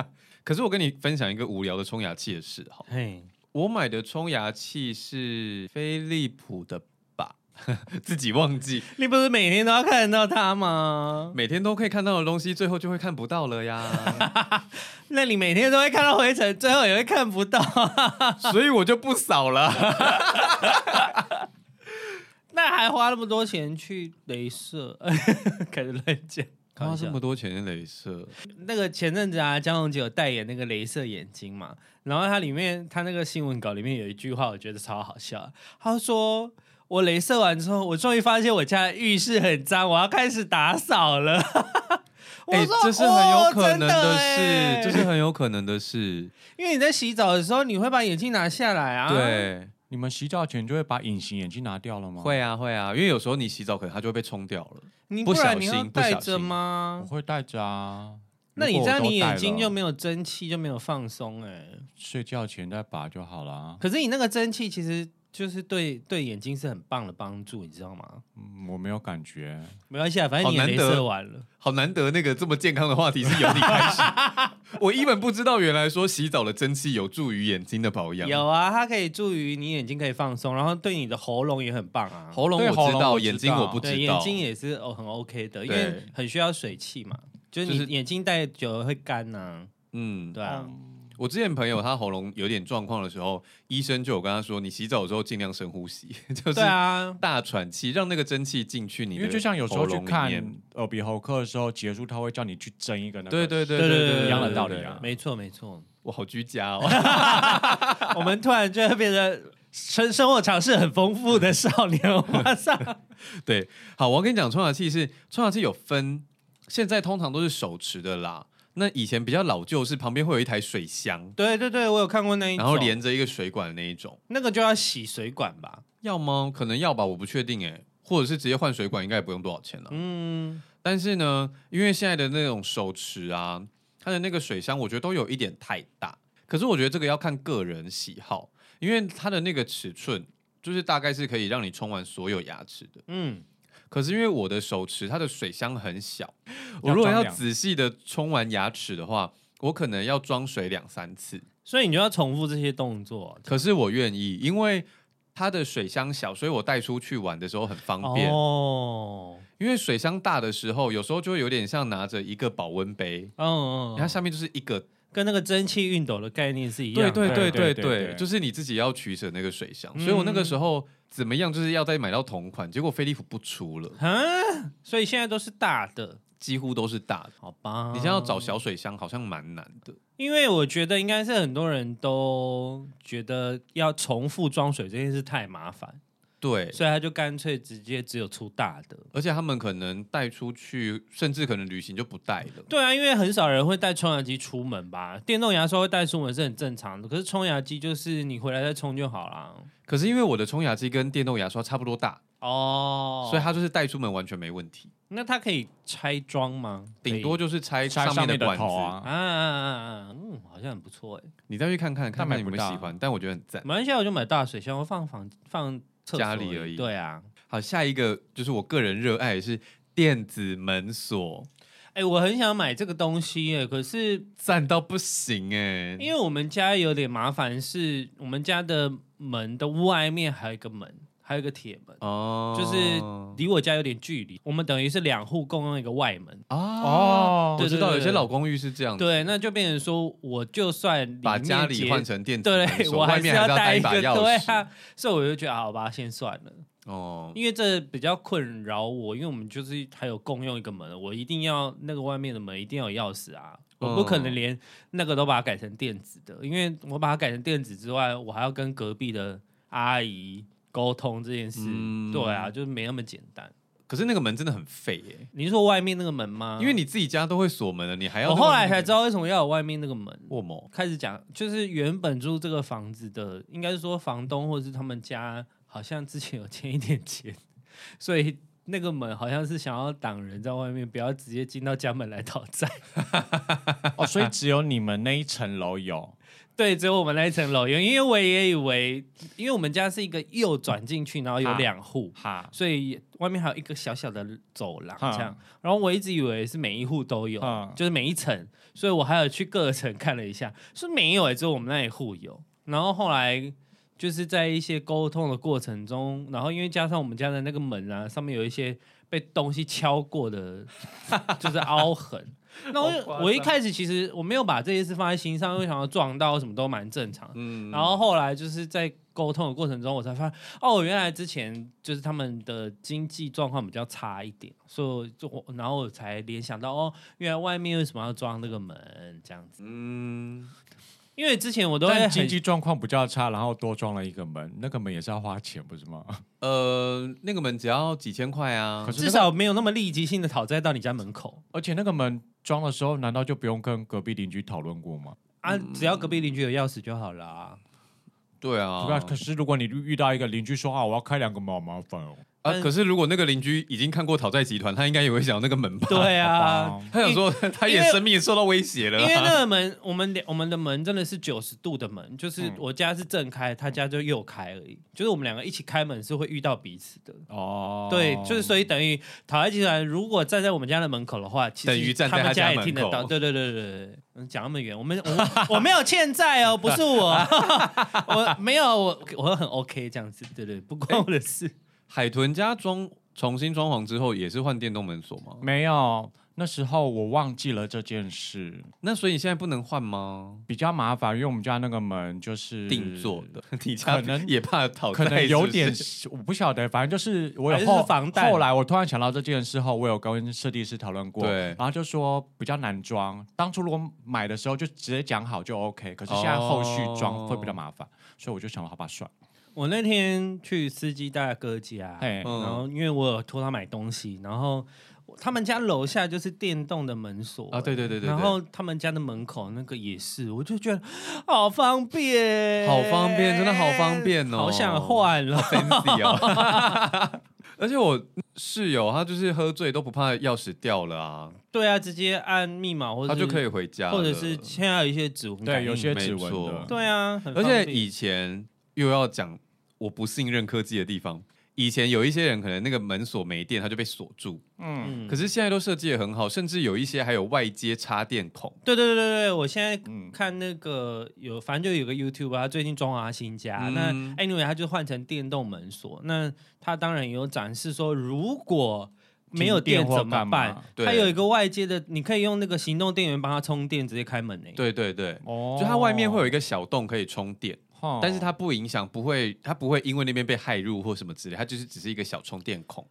A: 可是我跟你分享一个无聊的冲牙器的事好，
B: 嘿，
A: 我买的冲牙器是飞利浦的吧， 自己忘记，
B: 你不是每天都要看得到它吗？
A: 每天都可以看到的东西，最后就会看不到了 呀，
B: 那你每天都会看到灰尘，最后也会看不到。
A: 所以我就不扫了。
B: 那还花那么多钱去镭射， 开始乱讲。开
A: 花
B: 玩笑
A: 这么多钱的镭射，
B: 那个前阵子啊，江宏杰有代言那个镭射眼睛嘛，然后他里面他那个新闻稿里面有一句话，我觉得超好笑。他说：“我镭射完之后，我终于发现我家的浴室很脏，我要开始打扫了。” 我
A: 哎、
B: 说
A: 这是很有可能
B: 哦真的
A: 事
B: 哎，
A: 这是很有可能的事。
B: 因为你在洗澡的时候，你会把眼镜拿下来啊。，
A: 对，
C: 你们洗澡前就会把隐形眼镜拿掉了吗？，
A: 会啊会啊，因为有时候你洗澡可能它就会被冲掉了。
B: 你
A: 不
B: 不
A: 小
B: 然你要
A: 心不
B: 戴
A: 小
B: 着
A: 心
C: 我
B: 吗？
C: 会戴着啊。
B: 那你
C: 如
B: 这
C: 果我
B: 样，
C: 都
B: 你眼
C: 戴
B: 睛
C: 了
B: 就没有蒸汽，就没有放松哎、
C: 睡觉前再拔就好了。啊
B: 可是你那个蒸汽其实就是对对眼睛是很棒的帮助，你知道吗？
C: 嗯，我没有感觉。
B: 没关系啊，反正你也
A: 好难
B: 镭
A: 得
B: 射完了。
A: 好难得那个这么健康的话题是由你开始， 我一本不知道原来说洗澡的蒸汽有助于眼睛的保养。
B: 有啊，它可以助于你眼睛可以放松，然后对你的喉咙也很棒啊。
A: 喉咙
C: 对
A: 我
C: 喉
A: 知
C: 咙
A: 道，
C: 我知
A: 眼睛我不知道，
B: 对，眼睛也是哦很 OK 的，因为
A: 对
B: 很需要水汽嘛，就是
A: 就是
B: 你眼睛戴久了会干呐、
A: 嗯，
B: 对啊。
A: 我之前朋友他喉咙有点状况的时候，医生就有跟他说，你洗澡的时候尽量深呼吸， 就是
B: 对啊，
A: 大喘气，让那个蒸汽进去你
C: 因
A: 的
C: 为就像有时
A: 喉
C: 候去
A: 咙里
C: 看
A: 面
C: 耳鼻喉科的时候，结束他会叫你去蒸一个那个。
A: 对对对
B: 对
A: 对
B: 对对
C: 一样的
A: 对
C: 道
A: 对
C: 理啊
B: 没错没错。
A: 我好居家哦，
B: 我们突然就会变得生生活常识很丰富的少年，哇塞！
A: 对，好，我要跟你讲，冲牙器是冲牙器有分，现在通常都是手持的啦，那以前比较老旧是旁边会有一台水箱，
B: 对对对，我有看过那一种，
A: 然后连着一个水管的那一种，
B: 那个就要洗水管吧？
A: 要吗？可能要吧，我不确定哎，或者是直接换水管，应该也不用多少钱了。
B: 嗯，
A: 但是呢，因为现在的那种手持啊，它的那个水箱，我觉得都有一点太大。可是我觉得这个要看个人喜好，因为它的那个尺寸就是大概是可以让你冲完所有牙齿的。
B: 嗯，
A: 可是因为我的手持，它的水箱很小，我
C: 要
A: 如果
C: 装
A: 要
C: 两
A: 仔细的冲完牙齿的话，我可能要装水两三次。
B: 所以你就要重复这些动作。
A: 可是我愿意，因为它的水箱小，所以我带出去玩的时候很方便。
B: 哦，
A: 因为水箱大的时候，有时候就会有点像拿着一个保温杯，
B: 嗯嗯
A: 它
B: 嗯，
A: 下面就是一个
B: 跟那个蒸汽熨斗的概念是一样
A: 对
B: 的。
A: 对对
C: 对
A: 对
C: 对
A: 对，
C: 对嗯
A: 就是你自己要取舍那个水箱，所以我那个时候怎么样，就是要再买到同款，结果飞利浦不出了，
B: 啊，所以现在都是大的，
A: 几乎都是大的。
B: 好吧？
A: 你现在要找，
C: 哦
A: 小水箱好像蛮难的，
B: 因为我觉得应该是很多人都觉得要重复装水这件事太麻烦，
A: 对，
B: 所以他就干脆直接只有出大的。
A: 而且他们可能带出去，甚至可能旅行就不带了。
B: 对啊，因为很少人会带冲牙机出门吧？电动牙刷会带出门是很正常的，可是冲牙机就是你回来再冲就好啦。
A: 可是因为我的冲牙机跟电动牙刷差不多大，
B: 哦，
A: 所以它就是带出门完全没问题，
B: 那它可以拆装吗？
A: 顶多就是拆
C: 拆上
A: 面
C: 面的
A: 管子。
C: 头
B: 可以
C: 啊。
B: 啊啊啊啊，嗯，好像很不错哎。
A: 你再去看看，看
C: 但买
A: 看有没有
C: 不到啊
A: 喜欢，但我觉得很赞。
B: 马来西亚我就买大水箱，我放房放厕所
A: 家里而已
B: 对啊，
A: 好，下一个就是我个人热爱的是电子门锁，
B: 哎、我很想买这个东西哎，可是
A: 赞到哦不行哎、
B: 因为我们家有点麻烦，是我们家的门的外面还有一个门，还有一个铁门。
A: 哦，
B: 就是离我家有点距离，我们等于是两户共用一个外门，
A: 啊哦，
C: 哦，
A: 我
B: 对
A: 知道
B: 对
A: 有
B: 对
A: 些老公寓是这样的，
B: 对，那就变成说，我就算里
A: 把
B: 面
A: 家里
B: 结
A: 换成电子门
B: 对，
A: 锁
B: 我
A: 外
B: 是
A: 面还
B: 要
A: 是要
B: 带
A: 带
B: 一
A: 把
B: 个，
A: 钥
B: 对
A: 匙、
B: 啊，所以我就觉得好吧，先算了，
A: 哦。
B: 因为这比较困扰我，因为我们就是还有共用一个门，我一定要那个外面的门一定要有钥匙啊，我不可能
A: 嗯
B: 连那个都把它改成电子的，因为我把它改成电子之外，我还要跟隔壁的阿姨沟通这件事，
A: 嗯
B: 对啊，就是没那么简单。
A: 可是那个门真的很废耶、
B: 你是说外面那个门吗？
A: 因为。你自己家都会锁门了，你还要
B: 嗯我后来才知
A: 道
B: 道为什么要有外面那个门，
A: 卧某
B: 开始讲，就是原本住这个房子的，应该是说房东或是他们家，好像之前有欠一点钱，所以那个门好像是想要挡人在外面，不要直接进到家门来讨债。
C: 哦，所以只有你们那一层楼有，
B: 对，只有我们那一层楼有，因为我也以为，因为我们家是一个右转进去，然后有
C: 啊
B: 两户，
C: 哈，
B: 所以外面还有一个小小的走廊
C: 啊
B: 这样。然后我一直以为是每一户都有，
C: 啊
A: 嗯
B: 就是每一层，所以我还有去各层看了一下， 是没有诶、欸只有我们那一户有。然后后来就是在一些沟通的过程中，然后因为加上我们家的那个门啊，上面有一些被东西敲过的， 就是凹痕。那我
A: 好夸张
B: 我一开始其实我没有把这些事放在心上，因为想要撞到什么都蛮正常的。
A: 嗯
B: 然后后来就是在沟通的过程中，我才发现哦，原来之前就是他们的经济状况比较差一点，所以就我然后我才联想到哦，原来外面为什么要装那个门这样子？
A: 嗯，
B: 因为之前我都会
C: 但
B: 很
C: 经济状况比较差，然后多装了一个门，那个门也是要花钱，不是 吗？
A: 呃，那个门只要几千块啊
C: 可，
B: 嗯
C: 是
B: 至少没有那么立即性的讨债到你家门口
C: 而且那个门装的时候，难道就不用跟隔壁邻居讨论过吗？
B: 啊，只要隔壁邻居有钥匙就好啊啦。
A: 对
B: 哦
C: 对吧？
A: 啊，
C: 可是如果你遇到一个邻居说啊，我要开两个门，好麻烦哦。
A: 啊，可是如果那个邻居已经看过讨债集团，他应该也会想那个门吧？
B: 对
C: 好
B: 啊，
C: 吧
A: 他想说他
B: 因
A: 也
B: 为
A: 生命受到威胁了
B: 因
A: 啊，
B: 为那个门，我们我们的门真的是九十度的门，就是我家是正开，他家就右开而已，就是我们两个一起开门是会遇到彼此的。
C: 哦，
B: 对，就是所以等于讨债集团如果站在我们家的门口的话，其实
A: 等于站
B: 他
A: 在他
B: 们
A: 家
B: 也
A: 门
B: 听得
A: 口
B: 到。对对对对对对，嗯讲那么远，我们我我没有欠债哦，不是 我，我没有我我很 OK 这样子，对对，不
A: 哎
B: 关我的事。
A: 海豚家装重新装潢之后也是换电动门锁吗？
C: 没有。那时候我忘记了这件事，
A: 那所以你现在不能换吗？
C: 比较麻烦，因为我们家那个门就是
A: 定做的，
B: 嗯
A: 你家
C: 可能
A: 也怕讨债
C: 可能有 点
A: 是，
C: 我不晓得，反正就是我
B: 还
C: 有
B: 是
C: 后
B: 防弹
C: 后来我突然想到这件事后，我有跟设计师讨论过，
A: 对
C: 然后就说比较难装。当初如果买的时候就直接讲好就 OK，可是现在后续
A: 哦
C: 装会比较麻烦，所以我就想好吧，算了。
B: 我那天去司机大哥家，
C: 嘿
A: 嗯
B: 然后因为我有托他买东西，然后他们家楼下就是电动的门锁
A: 啊对对对对对
B: 然后他们家的门口那个也是，我就觉得好方便，
A: 好方便，真的好方便哦，
B: 好想换了。
A: fancy 哦。 而且我室友他就是喝醉都不怕钥匙掉了啊，
B: 对啊，直接按密码或者
A: 他
B: 是
A: 哦就可以，回家了，嗯
B: 或者是现在有一些指纹感
C: 对，
B: 应
C: 有些
A: 没
C: 指纹
A: 错
C: 的，
B: 对啊，很
A: 而
B: 方便
A: 且以前又要讲我不信任科技的地方，以前有一些人可能那个门锁没电，他就被锁住。
C: 嗯，
B: 嗯
A: 可是现在都设计的很好，甚至有一些还有外接插电孔。
B: 对对对对对，我现在
C: 嗯
B: 看那个有，反正就有个 YouTube 啊，他最近装潢他新家，那
A: 嗯
B: anyway 他就换成电动门锁，那他当然也有展示说，如果没有
C: 停电或
B: 怎么
C: 干嘛
B: 办？
A: 对
B: 它有一个外接的，你可以用那个行动电源帮它充电，直接开门呢、
A: 对对对，
C: 哦
A: 就它外面会有一个小洞可以充电，
C: 哦
A: 但是它不影响，不会，它不会因为那边被害入或什么之类，它就是只是一个小充电孔。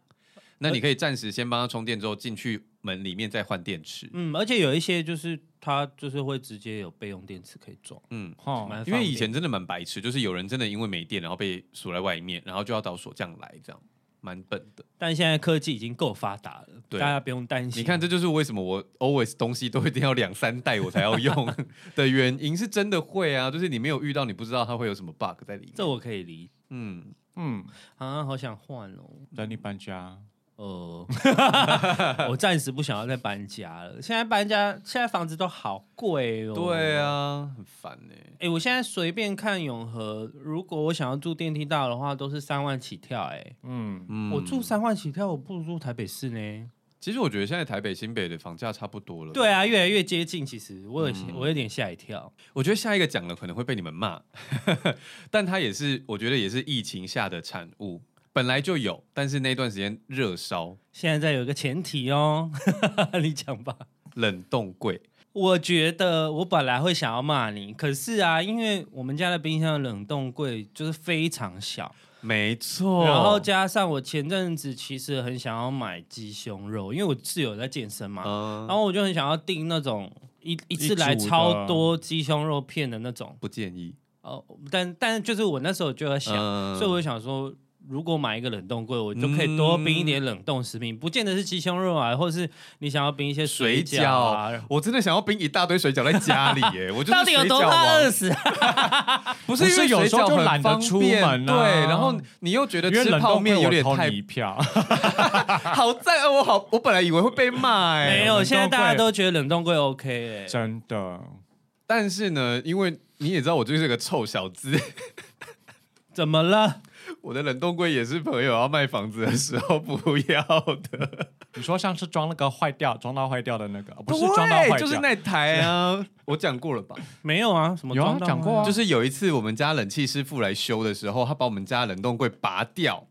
A: 那
B: 呃
A: 你可以暂时先帮它充电，之后进去门里面再换电池。
B: 嗯，而且有一些就是它就是会直接有备用电池可以装，
A: 嗯，
C: 哦
B: 蛮方
A: 因为
B: 便
A: 以前真的蛮白痴，就是有人真的因为没电，然后被锁在外面，然后就要找锁匠来，这样蛮笨的。
B: 但现在科技已经够发达了，
A: 对
B: 大家不用担心。
A: 你看，这就是为什么我 always 东西都一定要两三代我才要用 的原因，是真的会啊，就是你没有遇到，你不知道它会有什么 bug 在里面。
B: 这我可以理解
A: 嗯，
C: 嗯，
B: 啊，好想换哦。
C: 等你搬家，
B: 呃， 我暂时不想要再搬家了。现在搬家，现在房子都好贵哦。
A: 对，啊，很烦呢、
B: 哎、我现在随便看永和，如果我想要住电梯大楼的话，都是三万起跳、哎、
C: 嗯，
A: 嗯，
B: 我住三万起跳，我不如住台北市呢。
A: 其实我觉得现在台北、新北的房价差不多了。
B: 对，啊，越来越接近，其实我有、
A: 嗯
B: 我有点吓一跳。
A: 我觉得下一个讲了可能会被你们骂， 但它也是，我觉得也是疫情下的产物，本来就有，但是那段时间热烧、
B: 现在有一个前提哦， 你讲吧。
A: 冷冻柜，
B: 我觉得我本来会想要骂你，可是啊，因为我们家的冰箱的冷冻柜就是非常小，
A: 没错。
B: 然后加上我前阵子其实很想要买鸡胸肉，因为我室友在健身嘛，
A: 嗯，
B: 然后我就很想要订那种一一次来
C: 一组的
A: 啊
B: 超多鸡胸肉片的那种。
A: 不建议。
B: 哦，但但就是我那时候就在想，
A: 嗯
B: 所以我就想说，如果买一个冷冻柜，我就可以多冰一点冷冻食品，不见得是鸡胸肉啊，或者是你想要冰一些饺
A: 水
B: 啊。
A: 我真的想要冰一大堆水饺在家里 耶，我就是
B: 到底有多怕饿
A: 饿？
B: 死？啊
A: 不
C: 不
A: 是因
C: 是
A: 为
C: 有时候
A: 水饺
C: 就
A: 很
C: 懒得
A: 方
C: 出
A: 便
C: 门啊
A: 对，然后你又觉得
C: 因为
A: 吃
C: 冷
A: 泡
C: 冻
A: 面
C: 面
A: 有点
C: 偷
A: 太
C: 你一票，
A: 好赞哦！我好，我本来以为会被骂哎，
B: 没
C: 冷冻
B: 有，
C: 柜
B: 现在大家都觉得冷冻柜 OK 哎，
C: 真的。
A: 但是呢，因为你也知道我就是个臭小子，
B: 怎么了？
A: 我的冷冻柜也是朋友要卖房子的时候不要的，
C: 你说像是装了个坏掉，装到坏掉的那个，不
A: 不
C: 是装到坏掉，
A: 就是那台啊，我讲过了吧？
B: 没有啊，什么
C: 有啊
B: 装到
C: 讲过 啊
A: 就是有一次我们家冷气师傅来修的时候，他把我们家冷冻柜拔掉，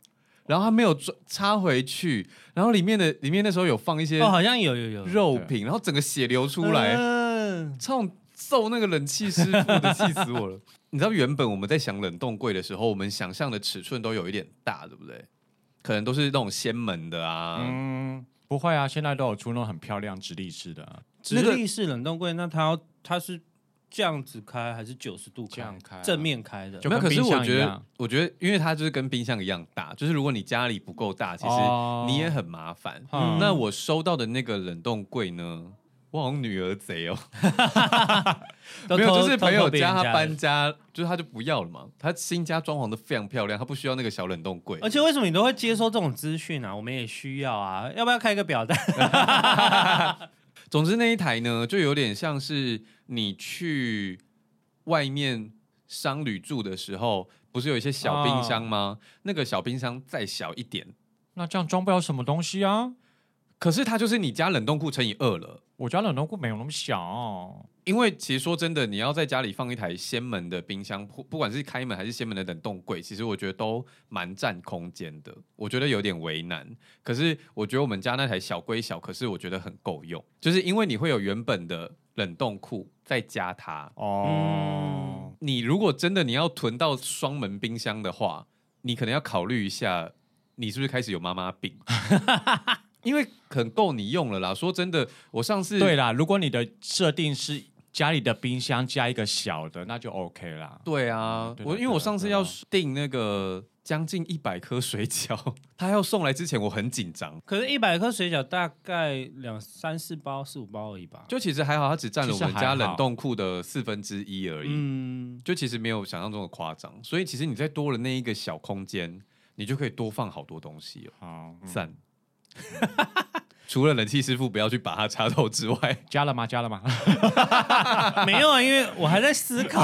A: 然后他没有装插回去，然后里面的里面那时候有放一些
B: 哦，好像有有有
A: 肉品，然后整个血流出来，
B: 嗯
A: 操揍那个冷气师傅的，气死我了！ 你知道原本我们在想冷冻柜的时候，我们想象的尺寸都有一点大，对不对？可能都是那种掀门的啊，
C: 嗯，不会啊，现在都有出那种很漂亮直立式的啊，
B: 直立式冷冻柜，那它要它是这样子开还是九十度开？
C: 这样开啊
B: 正面开的
C: 就
A: 没有。
C: 跟
A: 可是
C: 冰
A: 我
C: 箱
A: 觉
C: 一
A: 得
C: 样，
A: 我觉得，因为它就是跟冰箱一样大，就是如果你家里不够大，其实
C: 哦
A: 你也很麻烦。
C: 嗯
A: 那我收到的那个冷冻柜呢？我好像女儿贼哦，
B: 都
A: 没有，
B: 偷
A: 就是朋
B: 偷
A: 友
B: 偷别人
A: 家
B: 家
A: 他
B: 的
A: 搬家，就是他就不要了嘛。他新家装潢的非常漂亮，他不需要那个小冷冻柜。
B: 而且为什么你都会接收这种资讯啊？我们也需要啊，要不要开一个表单？
A: 总之那一台呢，就有点像是你去外面商旅住的时候，不是有一些小冰箱吗？那个小冰箱再小一点，
C: 那这样装不了什么东西啊。
A: 可是它就是你家冷冻库乘以二了。
C: 我家冷冻库没有那么小，
A: 因为其实说真的，你要在家里放一台掀门的冰箱，或不管是开门还是掀门的冷冻柜，其实我觉得都蛮占空间的。我觉得有点为难。可是我觉得我们家那台小归小，可是我觉得很够用，就是因为你会有原本的冷冻库再加它，
C: 哦，
A: 你如果真的你要囤到双门冰箱的话，你可能要考虑一下，你是不是开始有妈妈 病？因为很够你用了啦。说真的，我上次
C: 对啦，如果你的设定是家里的冰箱加一个小的，那就 OK 啦。
A: 对啊
C: 嗯，对的
A: 我因为我上次
C: 对的
A: 要
C: 对
A: 订那个将近一百颗水饺， 他要送来之前我很紧张。
B: 可是，一百颗水饺大概两三四包、四五包而已吧。
A: 就其实还好，它只占了我们
C: 其实
A: 家
C: 还好
A: 冷冻库的四分之一而已。
B: 嗯，
A: 就其实没有想象中的夸张，所以其实你再多了那一个小空间，你就可以多放好多东西哦。
C: 好，嗯
A: 赞。 除了冷气师傅不要去把它插头之外，
C: 加了吗？加了吗？
B: 没有啊，因为我还在思考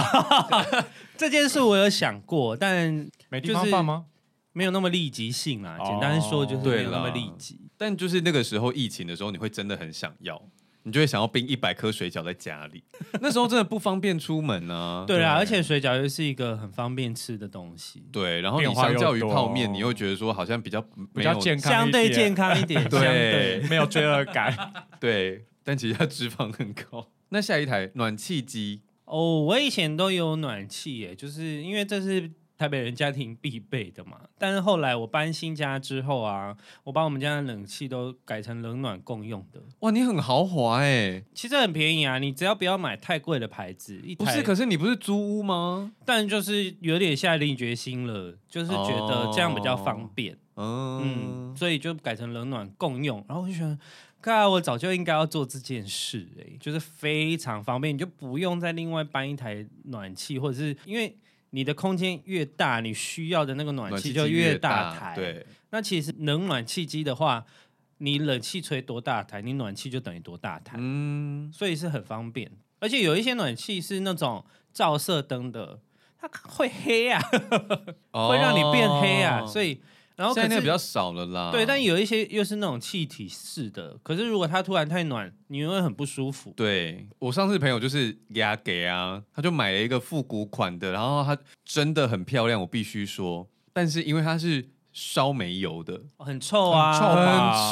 B: 这件事，我有想过，但
C: 没地方放吗？
B: 没有那么立即性啊。
C: 哦
B: 简单说就是没
A: 对
B: 有那
A: 啦
B: 么立即。
A: 但就是那个时候疫情的时候，你会真的很想要，你就会想要冰一百颗水饺在家里。 那时候真的不方便出门啊。
B: 对啊，而且水饺又是一个很方便吃的东西，
A: 对，然后你
C: 变化
A: 相
C: 又
A: 较于
C: 多
A: 泡面，你又觉得说好像比较
C: 比
A: 没有
C: 较健康，
B: 相对健，康一点。
A: 对
B: 相对，
C: 没有罪恶感。
A: 对，但其实它脂肪很高。那下一台暖气机，
B: 哦，我以前都有暖气耶，就是因为这是台北人家庭必备的嘛。但是后来我搬新家之后啊，我把我们家的冷气都改成冷暖共用的，
A: 哇，你很豪华哎、
B: 其实很便宜啊。你只要不要买太贵的牌子，一
A: 不
B: 台
A: 是？可是你不是租屋吗？
B: 但就是有点下定决心了，就是觉得这样比较方便，
A: 嗯
B: 嗯，，所以就改成冷暖共用。然后我就觉得，看我早就应该要做这件事、欸，就是非常方便，你就不用再另外搬一台暖气，或者是因为你的空间越大，你需要的那个暖气
A: 气
B: 就
A: 机
B: 大
A: 大
B: 台。，
A: 对，
B: 那其实冷暖气机的话，你冷气吹多大台，你暖气就等于多大台。
A: 嗯，
B: 所以是很方便。而且有一些暖气是那种照射灯的，它会黑啊，会让你变黑啊，所
A: 以
B: 以然后可
A: 哦现
B: 是
A: 在那个比较少了啦。
B: 对，但有一些又是那种气体式的，可是如果它突然太暖，你会很不舒服。
A: 对我上次朋友就是给他给啊，他就买了一个复古款的，然后它真的很漂亮，我必须说，但是因为它是烧煤油的，
B: 很臭啊！
C: 很臭吧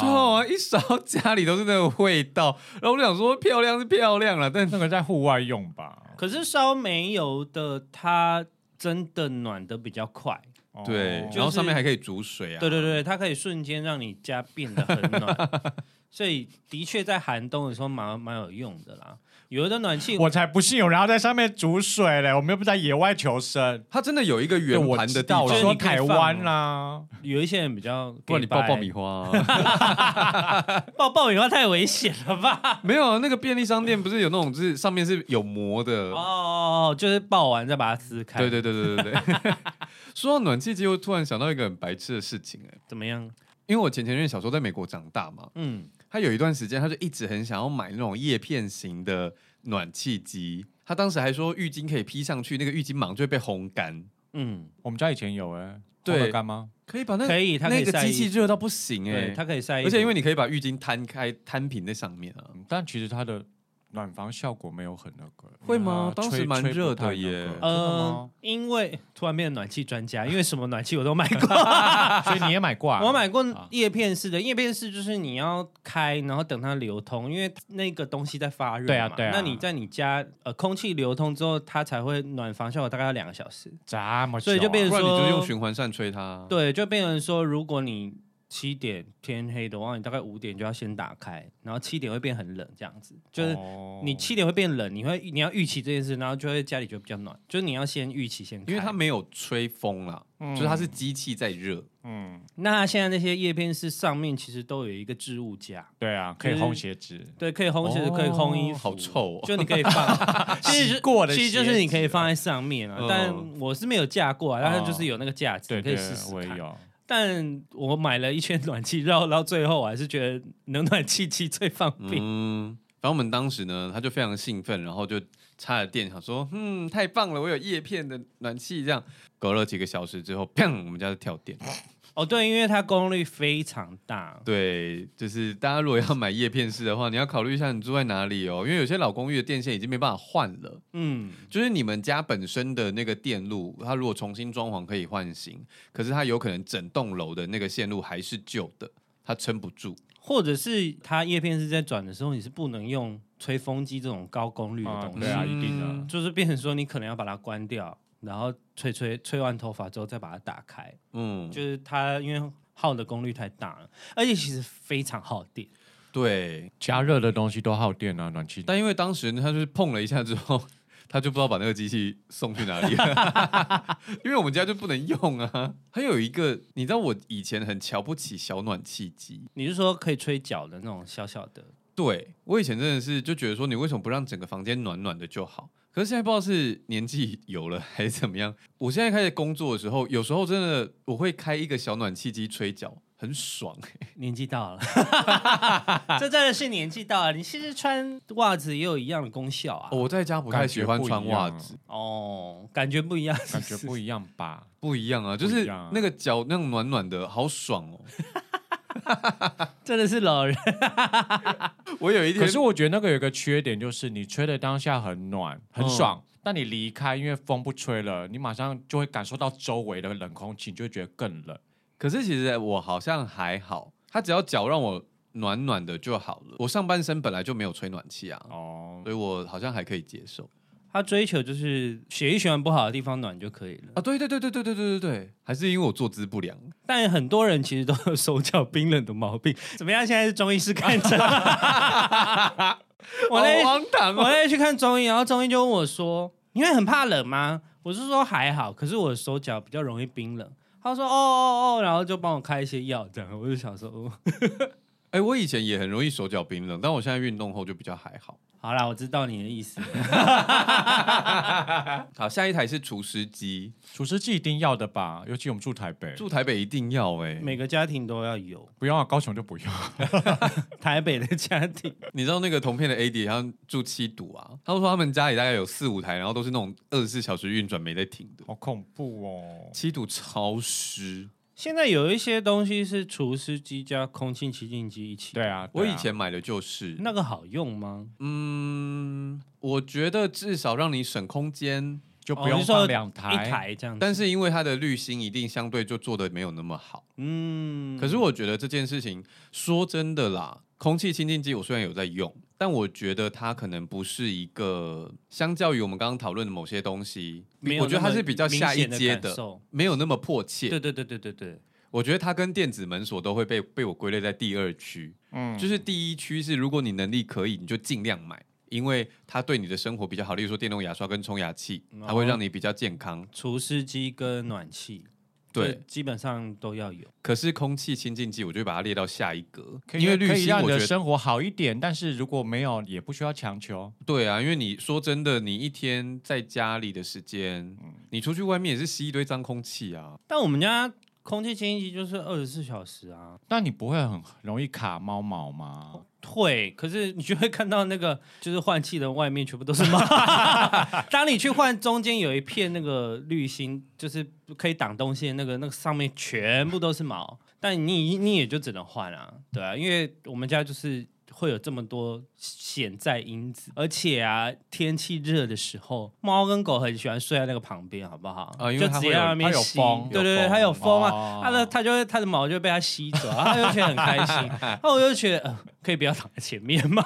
A: 很臭啊！一烧家里都是那个味道，然 后我就想说漂亮是漂亮了，但
C: 那个在户外用吧。
B: 可是烧煤油的，它真的暖的比较快。
C: 哦
A: 对，
B: 就
A: 然后
B: 是
A: 上面还可以煮水啊。
B: 对对对，它可以瞬间让你家变得很暖。所以的确在寒冬的时候蛮蛮有用的啦。有的暖气，
C: 我才不信有人要在上面煮水嘞，我们又不在野外求生。
A: 它真的有一个圆
C: 对我
A: 盘的
C: 知
A: 地
C: 道，我
B: 就是
A: 方，
C: 说
B: 你可以
C: 台
B: 放
C: 湾啦，
B: 有一些人比较
A: 不然你爆爆米
B: 花，
A: 花啊、
B: 爆爆米花太危险了 吧？
A: 没有啊，那个便利商店不是有那种，就是上面是有膜的。
B: 哦，就是爆完再把它撕开，
A: 对对对对对对。 说到暖气机，我突然想到一个很白痴的事情、哎，
B: 怎么样？
A: 因为我前前任小时候在美国长大嘛，
B: 嗯，
A: 他有一段时间他就一直很想要买那种叶片型的暖气机。他当时还说浴巾可以披上去，那个浴巾马上就会被烘干，
B: 嗯，
C: 我们家以前有哎，
A: 对
C: 烘得干吗？
A: 可以把那
B: 可以，它可
A: 那
B: 以
A: 个
B: 晒
A: 机器
B: 衣服，
A: 热到不行哎、
B: 对，它可以晒衣服，
A: 而且因为你可以把浴巾摊开摊平在上面啊，
C: 嗯但其实它的暖房效果没有很那个，
A: 会吗
C: 因为它
A: 当时
C: 吹
A: 蛮
C: 吹不
A: 热的
C: 太那
A: 耶
C: 个真的
B: 呃
C: 吗，
B: 因为突然变暖气专家，因为什么暖气我都 买过，
C: 所以你也买过啊？
B: 我买过叶片式的，叶片式就是你要开，然后等它流通，因为那个东西在发热嘛。
C: 对啊对啊
B: 那你在你家呃空气流通之后，它才会暖房效果大概要两个小时。
C: 这么久啊，
B: 所以就变
A: 不
B: 成
A: 然你就是
B: 说
A: 用循环扇吹它啊。
B: 对，就变成说，如果你七点天黑的话，你大概五点就要先打开，然后七点会变很冷，这样子就是。
C: 哦
B: 你七点会变冷，你会你要预期这件事，然后就会家里就比较暖，就是你要先预期先开。
A: 因为它没有吹风啦，就是它是机器在热。
C: 嗯，
B: 那现在那些叶片式上面其实都有一个置物架，
C: 对啊，可以
B: 就是
C: 烘鞋子。
B: 对，可以烘鞋子，
A: 哦
B: 可以烘衣服，
A: 好臭哦
B: 就你可以 放，其实
C: 洗过的
B: 其实就
C: 鞋
B: 是
C: 子啊
B: 你可以放在上面啊
A: 嗯。
B: 但我是没有架过啊，但是
C: 哦
B: 就是有那个架子，
C: 对
B: 你可以
C: 对
B: 试，试
C: 我也
B: 看。
C: 有。
B: 但我买了一圈暖气，绕到最后，我 还是觉得能暖气机最方便。
A: 嗯，反正我们当时呢，他就非常兴奋，然后就插了电，想说，嗯，太棒了，我有叶片的暖气。这样隔了几个小时之后，砰，我们家就跳电。
B: 哦，对，因为它功率非常大。
A: 对，就是大家如果要买叶片式的话，你要考虑一下你住在哪里哦，因为有些老公寓的电线已经没办法换了。
B: 嗯，
A: 就是你们家本身的那个电路，它如果重新装潢可以换新，可是它有可能整栋楼的那个线路还是旧的，它撑不住。
B: 或者是它叶片是在转的时候，你是不能用吹风机这种高功率的
C: 啊
B: 东西。
C: 对啊，一定
A: 嗯
C: 的。
B: 就是变成说你可能要把它关掉，然后吹吹吹完头发之后再把它打开，
A: 嗯，
B: 就是它因为耗的功率太大了，而且其实非常耗电。
A: 对。
C: 加热的东西都耗电啊，暖气。
A: 但因为当时他就是碰了一下之后， 他就不知道把那个机器送去哪里了， 因为我们家就不能用啊。还有一个，你知道我以前很瞧不起小暖气机，
B: 你是说可以吹脚的那种小小的？
A: 对我以前真的是就觉得说，你为什么不让整个房间暖暖的就好？可是现在不知道是年纪有了还是怎么样，我现在开始工作的时候，有时候真的我会开一个小暖气机吹脚，很爽、
B: 年纪到了， 这真的是年纪到了。你其实穿袜子也有一样的功效啊。
C: 哦
A: 我在家不太喜欢穿袜子，
B: 哦，感觉不一样，
C: 感觉不一样吧？
A: 不一样啊，就
C: 不
A: 是
C: 一样啊
A: 那个脚那种暖暖的，好爽哦。
B: 真的是老人。
A: 我有一天
C: 可是我觉得那个有一个缺点，就是你吹的当下很暖
A: 嗯
C: 很爽，但你离开，因为风不吹了，你马上就会感受到周围的冷空气，你就会觉得更冷。
A: 可是其实我好像还好，它只要脚让我暖暖的就好了。我上半身本来就没有吹暖气啊，
C: 哦，
A: 所以我好像还可以接受
B: 他追求就是血液循环不好的地方暖就可以了。
A: 啊。对对对对对对对对对，还是因为我坐姿不良。
B: 但很多人其实都有手脚冰冷的毛 病。怎么样？现在是中医师看 诊。我那
A: 好荒唐
B: 我
A: 哦！
B: 那天去看中医，然后中医就问我说：“你会很怕冷吗？”我是说还好，可是我的手脚比较容易冰冷。他说：“哦哦哦。”然后就帮我开一些药，这样我就想说：“哦，
A: 哎、我以前也很容易手脚冰冷，但我现在运动后就比较还好。
B: 好啦，我知道你的意 思。
A: 好，下一台是除湿机，
C: 除湿剂一定要的吧？尤其我们住台北，
A: 住台北一定要哎、
B: 每个家庭都要 有，
C: 不用啊，高雄就不用。
B: 台北的家庭
A: 你知道那个同片的 AD 他住七堵啊，他说他们家里大概有四五台，然后都是那种二十四小时运转没在停的。
C: 好恐 怖哦！
A: 七堵超湿，
B: 现在有一些东西是除湿机加空气清净机一起，
C: 对啊，
A: 我
C: 对啊
A: 以前买的就是
B: 那个好用吗？
A: 嗯，我觉得至少让你省空间，
C: 就
B: 哦
C: 不
B: 你
C: 用
B: 说
C: 放两
B: 一
C: 台，
B: 台这样子，
A: 但是因为它的滤芯一定相对就做的没有那么好。
B: 嗯，
A: 可是我觉得这件事情，说真的啦，空气清净机我虽然有在用，但我觉得它可能不是一个，相较于我们刚刚讨论的某些东西，
B: 没有
A: 我觉得它
B: 那么
A: 是比较下一阶
B: 明显的感受
A: 没有那么迫切。
B: 对对对对对对，
A: 我觉得它跟电子门锁都会被被我归类在第二区，
C: 嗯，
A: 就是第一趋势，如果你能力可以，你就尽量买，因为它对你的生活比较好。例如说电动牙刷跟冲牙器，
C: 哦
A: 它会让你比较健康。
B: 除湿机跟暖气，
A: 对，
B: 这基本上都要有。
A: 可是空气清净剂，我就会把它列到下一格，
C: 可以啊
A: 因为
C: 可
A: 滤
C: 以
A: 芯
C: 让你
A: 我
C: 的
A: 觉得
C: 生活好一点，但是如果没有，也不需要强求。
A: 对啊，因为你说真的，你一天在家里的时间，
C: 嗯
A: 你出去外面也是吸一堆脏空气啊。
B: 但我们家空气清新机就是二十四小时啊，
C: 但你不会很容易卡猫毛吗？
B: 会。可是你就会看到那个就是换气的外面全部都是猫。 当你去换，中间有一片那个滤芯，就是可以挡东西的那个，那个上面全部都是毛。但你你也就只能换啊，对啊，因为我们家就是会有这么多潜在因子，而且啊，天气热的时候，猫跟狗很喜欢睡在那个旁边，好不好？
A: 啊因
B: 就
A: 为它
B: 直
A: 会
B: 接
A: 有
B: 在那边
C: 它有
B: 吸
C: 风
B: 对对
A: 有
B: 对，
A: 风
B: 它有风啊，
C: 哦
B: 它的它就会它的毛就被它吸走，然后它就觉得很开 心，然后我就觉得、呃、可以不要躺在前面吗？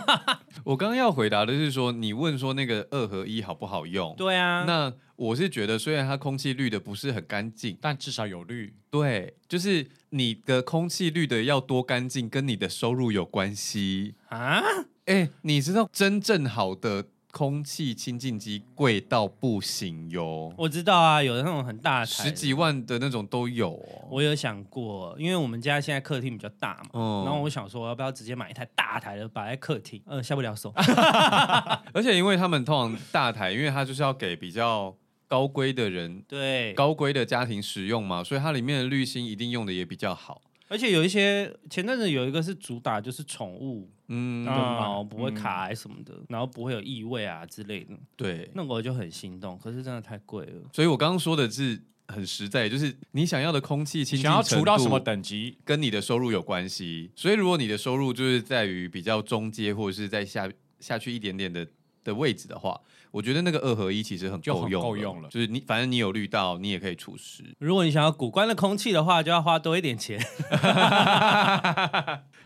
A: 我刚刚要回答的是说，你问说那个二合一好不好用？
B: 对啊，
A: 那我是觉得，虽然它空气滤的不是很干净，
C: 但至少有绿。
A: 对，就是你的空气滤的要多干净，跟你的收入有关系。
B: 啊，
A: 哎，你知道真正好的空气清净机贵到不行哟，
B: 我知道啊，有的那种很大的台
A: 十几万的那种都有哦。
B: 我有想过，因为我们家现在客厅比较大嘛，
A: 嗯
B: 然后我想说，要不要直接买一台大台的摆在客厅？呃，下不了手。
A: 啊而且因为他们通常大台，因为它就是要给比较高规的人、
B: 对，
A: 高规的家庭使用嘛，所以它里面的滤芯一定用的也比较好。
B: 而且有一些前阵子有一个是主打就是宠物的
A: 嗯，
C: 啊
B: 毛不会卡还是什么的，然后不会有异味啊之类的，
A: 对。
B: 那个我就很心动，可是真的太贵了。
A: 所以我刚刚说的是很实在，就是你想要的空气清净
C: 想要除到
A: 程
C: 什
A: 度
C: 么等级？
A: 跟你的收入有关系。所以如果你的收入就是在于比较中阶或者是在下下去一点点的的位置的话，我觉得那个二合一其实很
C: 就
A: 够
C: 很
A: 用，
C: 够用了
A: 就是你反正你有绿到，你也可以除 湿。
B: 如果你想要古关的空气的话，就要花多一点钱。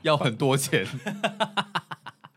A: 要很多钱。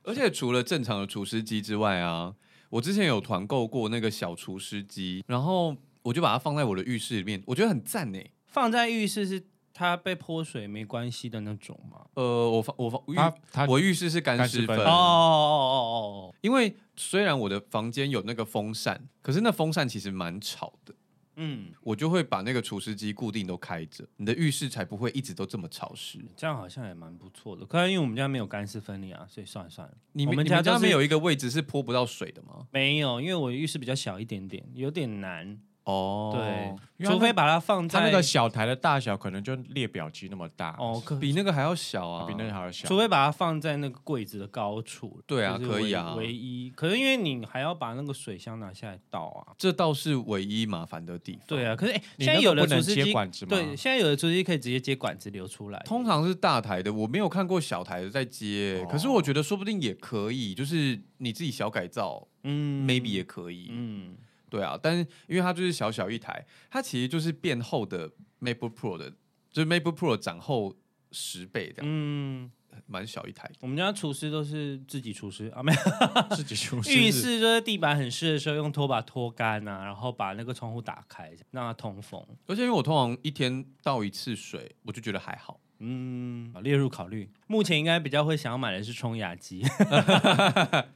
A: 而且除了正常的除湿机之外啊，我之前有团购过那个小除湿机，然后我就把它放在我的浴室里面，我觉得很赞欸呢。
B: 放在浴室是它被泼水没关系的那种吗？
A: 呃，我放我放
C: 它
A: 浴，
C: 它
A: 我浴室是干湿
C: 干湿分
A: 分
B: 哦哦哦哦哦，
A: 因为虽然我的房间有那个风扇，可是那风扇其实蛮吵的，
B: 嗯，
A: 我就会把那个除湿机固定都开着，你的浴室才不会一直都这么潮湿。
B: 这样好像也蛮不错的。可是因为我们家没有干湿分离啊，所以算了算了。
A: 你
B: 我
A: 们
B: 们
A: 你
B: 家
A: 们家
B: 就是
A: 没有一个位置是泼不到水的吗？
B: 没有，因为我浴室比较小一点点，有点难。
A: 哦，
B: 对，
C: 因为它
B: 除非把它放在
C: 它那个小台的大小可能就列表机那么大，
B: 哦，可
A: 比那个还要小啊，
C: 比那个还要小。
B: 除非把它放在那个柜子的高处。
A: 对啊
B: 就是
A: 可以
B: 唯
A: 啊
B: 唯一可是因为你还要把那个水箱拿下来倒啊。
A: 这倒是唯一麻烦的地方。
B: 对啊，可是哎，
C: 你
B: 现在
C: 那个
B: 有的
C: 不能
B: 除湿
C: 接
B: 机
C: 管子吗
B: 对，现在有的除湿机可以直接接管子流出来。
A: 通常是大台的，我没有看过小台的在
B: 哦
A: 接，可是我觉得说不定也可以，就是你自己小改造、
B: 嗯
A: m a y b e 也可以。
B: 嗯，
A: 对啊，但是因为它就是小小一台，它其实就是变厚的 MacBook Pro 的，就是 MacBook Pro 长厚十倍这样，
B: 嗯，
A: 蛮小一台。
B: 我们家厨师都是自己厨师啊，没有
C: 自己出
B: 浴室就是地板很湿的时候用拖把拖干啊，然后把那个窗户打开，让它通风。
A: 而且因为我通常一天倒一次水，我就觉得还好。
B: 嗯，列入考虑。目前应该比较会想要买的是冲牙机，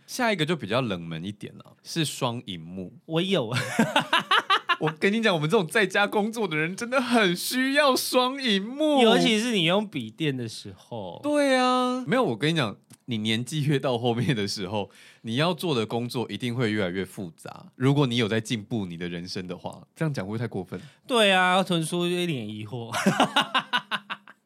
A: 下一个就比较冷门一点了、是双 荧幕。
B: 我 有，
A: 我跟你讲，我们这种在家工作的人真的很需要双荧幕，
B: 尤其是你用笔电的时候，
A: 对啊，没有。我跟你讲，你年纪越到后面的时候，你要做的工作一定会越来越复杂。如果你有在进步你的人生的话，这样讲会不会太过分？
B: 对啊，豚叔一脸疑惑。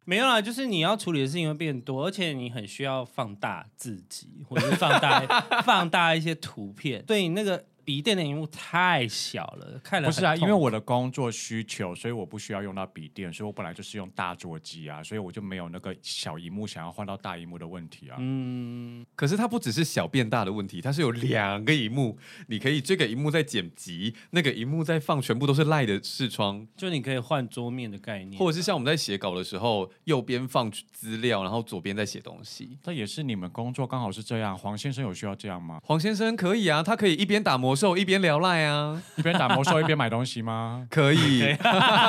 B: 没有啦，就是你要处理的事情会变多，而且你很需要放大自己，或者是放 大放大一些图片。对你那个笔电的荧幕太小了，看了
C: 不是啊，
B: 很
C: 因
B: 痛
C: 为我的工作需求，所以我不需要用到笔电，所以我本来就是用大桌机啊，所以我就没有那个小荧幕想要换到大荧幕的问题啊。
B: 嗯，
A: 可是它不只是小变大的问题，它是有两个荧幕，你可以这个荧幕在剪辑，那个荧幕在放，全部都是赖的视窗，
B: 就你可以换桌面的概念，
A: 或者是像我们在写稿的时候，右边放资料，然后左边在写东西。
C: 这也是你们工作刚好是这样。黄先生有需要这样吗？
A: 黄先生可以啊，他可以一边打魔兽一边聊赖啊， 哦
C: 一边打魔兽一边买东西吗？
A: 可以。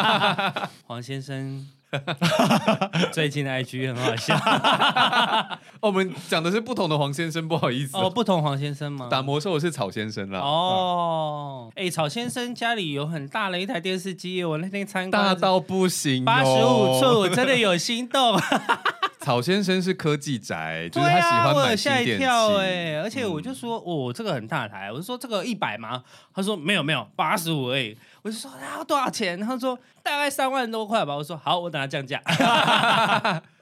B: 黄先生最近的 IG 很好笑
A: 哦，我们讲的是不同的黄先生，不好意思，
B: 哦，不同黄先生吗？
A: 打魔兽的是草先生啦。
B: 哦，哎、草先生家里有很大的一台电视机耶，我那天参观
A: 大到不行、哦，
B: 八十五寸，我真的有心动。
A: 草先生是科技宅， 就
B: 对
A: 是他喜
B: 啊，
A: 欢
B: 我
A: 买
B: 有
A: 新
B: 吓一
A: 电器。
B: 跳哎、而
A: 嗯
B: 且我就说，哦，这个很大台，我就说这个一百吗？他说没有没有，八十五哎，我就说那要多少钱？他说大概三万多块吧。我说好，我等他降价。